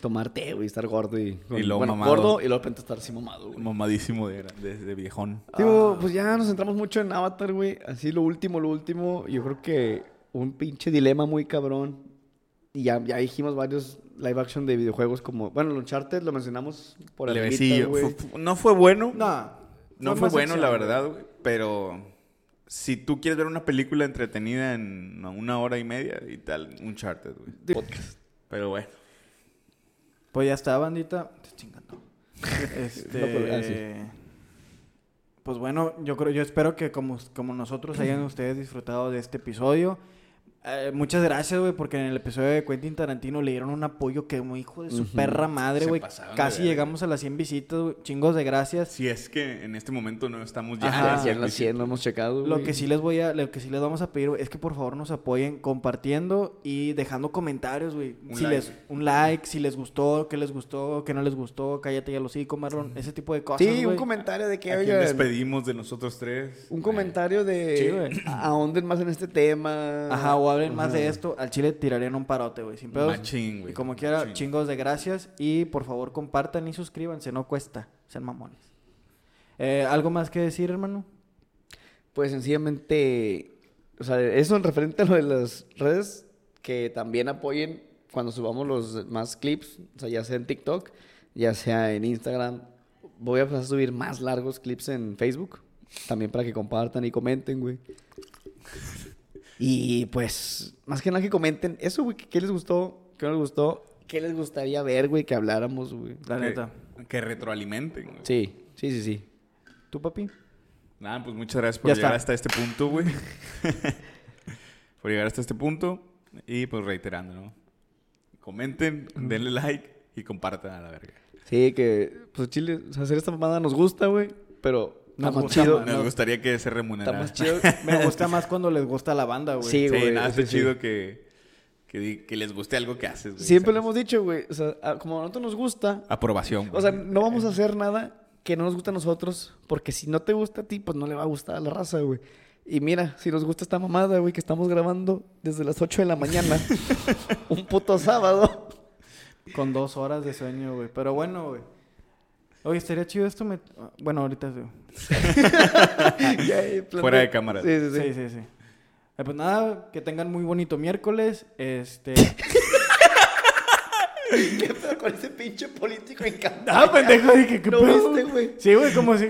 Tomar té, güey, estar gordo y.
Y luego
bueno,
mamado.
gordo y luego de repente estar así mamado, güey.
Mamadísimo de, de- de viejón.
Ah.
Digo, pues ya nos centramos mucho en Avatar, güey. Así lo último, lo último. Yo creo que un pinche dilema muy cabrón. Y ya, ya dijimos varios live action de videojuegos como. Bueno, el Uncharted lo mencionamos por el
Levecillo. Fu- fu- no fue bueno.
No.
no fue
más
bueno,
acción,
la
güey.
verdad, güey. Pero si tú quieres ver una película entretenida en una hora y media y tal, un charter, güey.
podcast.
Pero bueno.
Pues ya está, bandita. Te chingando.
No, pero- ah, sí.
Este. Pues bueno, yo creo, yo espero que como, como nosotros hayan ustedes disfrutado de este episodio. Eh, muchas gracias, güey, porque en el episodio de Quentin Tarantino le dieron un apoyo que, muy hijo de su perra madre,
Se
güey.
pasaron de
Casi
verga.
llegamos a las 100 visitas, güey. Chingos de gracias.
Si es que en este momento no estamos ya.
Ajá.
Ya, ya en las 100 lo hemos checado.
Lo
güey.
que sí les voy a, lo que sí les vamos a pedir güey, es que por favor nos apoyen compartiendo y dejando comentarios, güey.
Un
Si
like.
les, un like, si les gustó, qué les gustó, qué no les gustó, cállate ya lo hocico, Marlon, ese tipo de cosas.
Sí, un
güey.
comentario de que,
¿A quién
oigan,
despedimos de nosotros tres?
un comentario
Sí,
de
güey.
ahonden más en este tema.
Ajá, o hablen más de esto, al chile tirarían un parote, güey, sin pedos.
Machín, güey.
y como quiera,
Machín.
chingos de gracias. Y por favor, compartan y suscríbanse, no cuesta, sean mamones. Eh, ¿Algo más que decir, hermano?
Pues sencillamente, o sea, eso en referente a lo de las redes, que también apoyen cuando subamos los más clips, o sea, ya sea en TikTok, ya sea en Instagram. Voy a empezar a subir más largos clips en Facebook, también para que compartan y comenten, güey. Y pues, más que nada que comenten eso, güey, que- qué les gustó, qué no les gustó, qué les gustaría ver, güey, que habláramos, güey.
La
Que-
neta.
Que, retroalimenten, güey.
Sí, sí, sí, sí.
¿Tú, papi?
Nada, pues muchas gracias por
Ya
llegar
está.
hasta este punto, güey. por llegar hasta este punto. Y pues reiterando, ¿no? Comenten, denle like y compartan a la verga.
Sí, que, pues Chile, o sea, hacer esta mamada nos gusta, güey, pero
Nos
está más
gusta
chido.
más,
Nos
no.
gustaría que se
Está
remunerara.
más chido.
Me gusta más cuando les gusta la banda, güey.
Sí,
Sí,
güey,
nada,
sí,
está
sí.
chido que, que, di- que les guste algo que haces, güey.
Siempre
¿sabes?
Ah,
lo hemos dicho, güey, o sea, a- como a nosotros nos gusta,
Aprobación, güey.
o sea, no vamos a hacer nada que no nos gusta a nosotros, porque si no te gusta a ti, pues no le va a gustar a la raza, güey. Y mira, si nos gusta esta mamada, güey, que estamos grabando desde las 8 de la mañana, un puto sábado.
Con dos horas de sueño, güey. Pero bueno, güey. Oye, estaría chido esto. Me... Bueno, ahorita. sí.
Ya, eh, plan
Fuera de cámara.
Sí, sí, sí.
Sí, sí, sí. Eh, pues nada, que tengan muy bonito miércoles. Este.
¿Qué pedo con ese pinche político encantado?
ah, pendejo, dije que
¿No viste, güey?
Sí, güey, como si.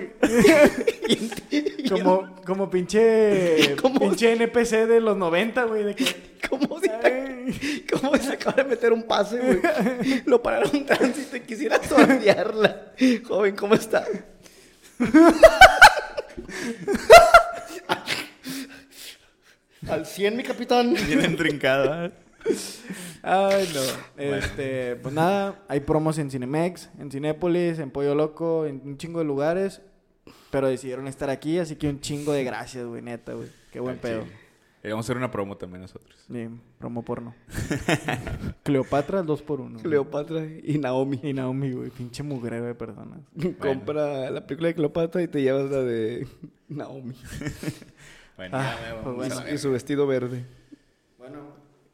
como, como pinche.
Como-
Pinche NPC de los 90, güey. De que.
¿Cómo se,
Ay.
¿Cómo se acaba de meter un pase, güey? Lo pararon un tránsito y quisiera sortearla. Joven, ¿cómo está? Al 100, mi capitán.
Bien entrincada.
Ay, no. Este, pues nada, hay promos en Cinemex, en Cinépolis, en Pollo Loco, en un chingo de lugares. Pero decidieron estar aquí, así que un chingo de gracias, güey, neta, güey. Qué buen pedo.
Eh, Vamos a hacer una promo también nosotros.
Sí, promo porno. Cleopatra, dos por uno. güey.
Cleopatra y Naomi.
Y Naomi, güey, pinche mugre de personas.
Compra la película de Cleopatra y te llevas la de Naomi.
Bueno,
Ah,
ya me
pues bueno.
y su vestido verde.
Bueno,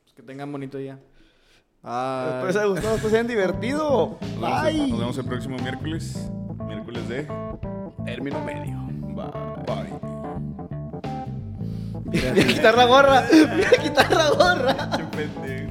pues que tengan bonito día. Ah.
Espero les haya gustado, espero pues se hayan divertido.
Nos vemos, el- nos
Bye.
vemos el próximo miércoles. Miércoles de término medio. Bye.
Voy a quitar la gorra. Voy a quitar la gorra.
Bye.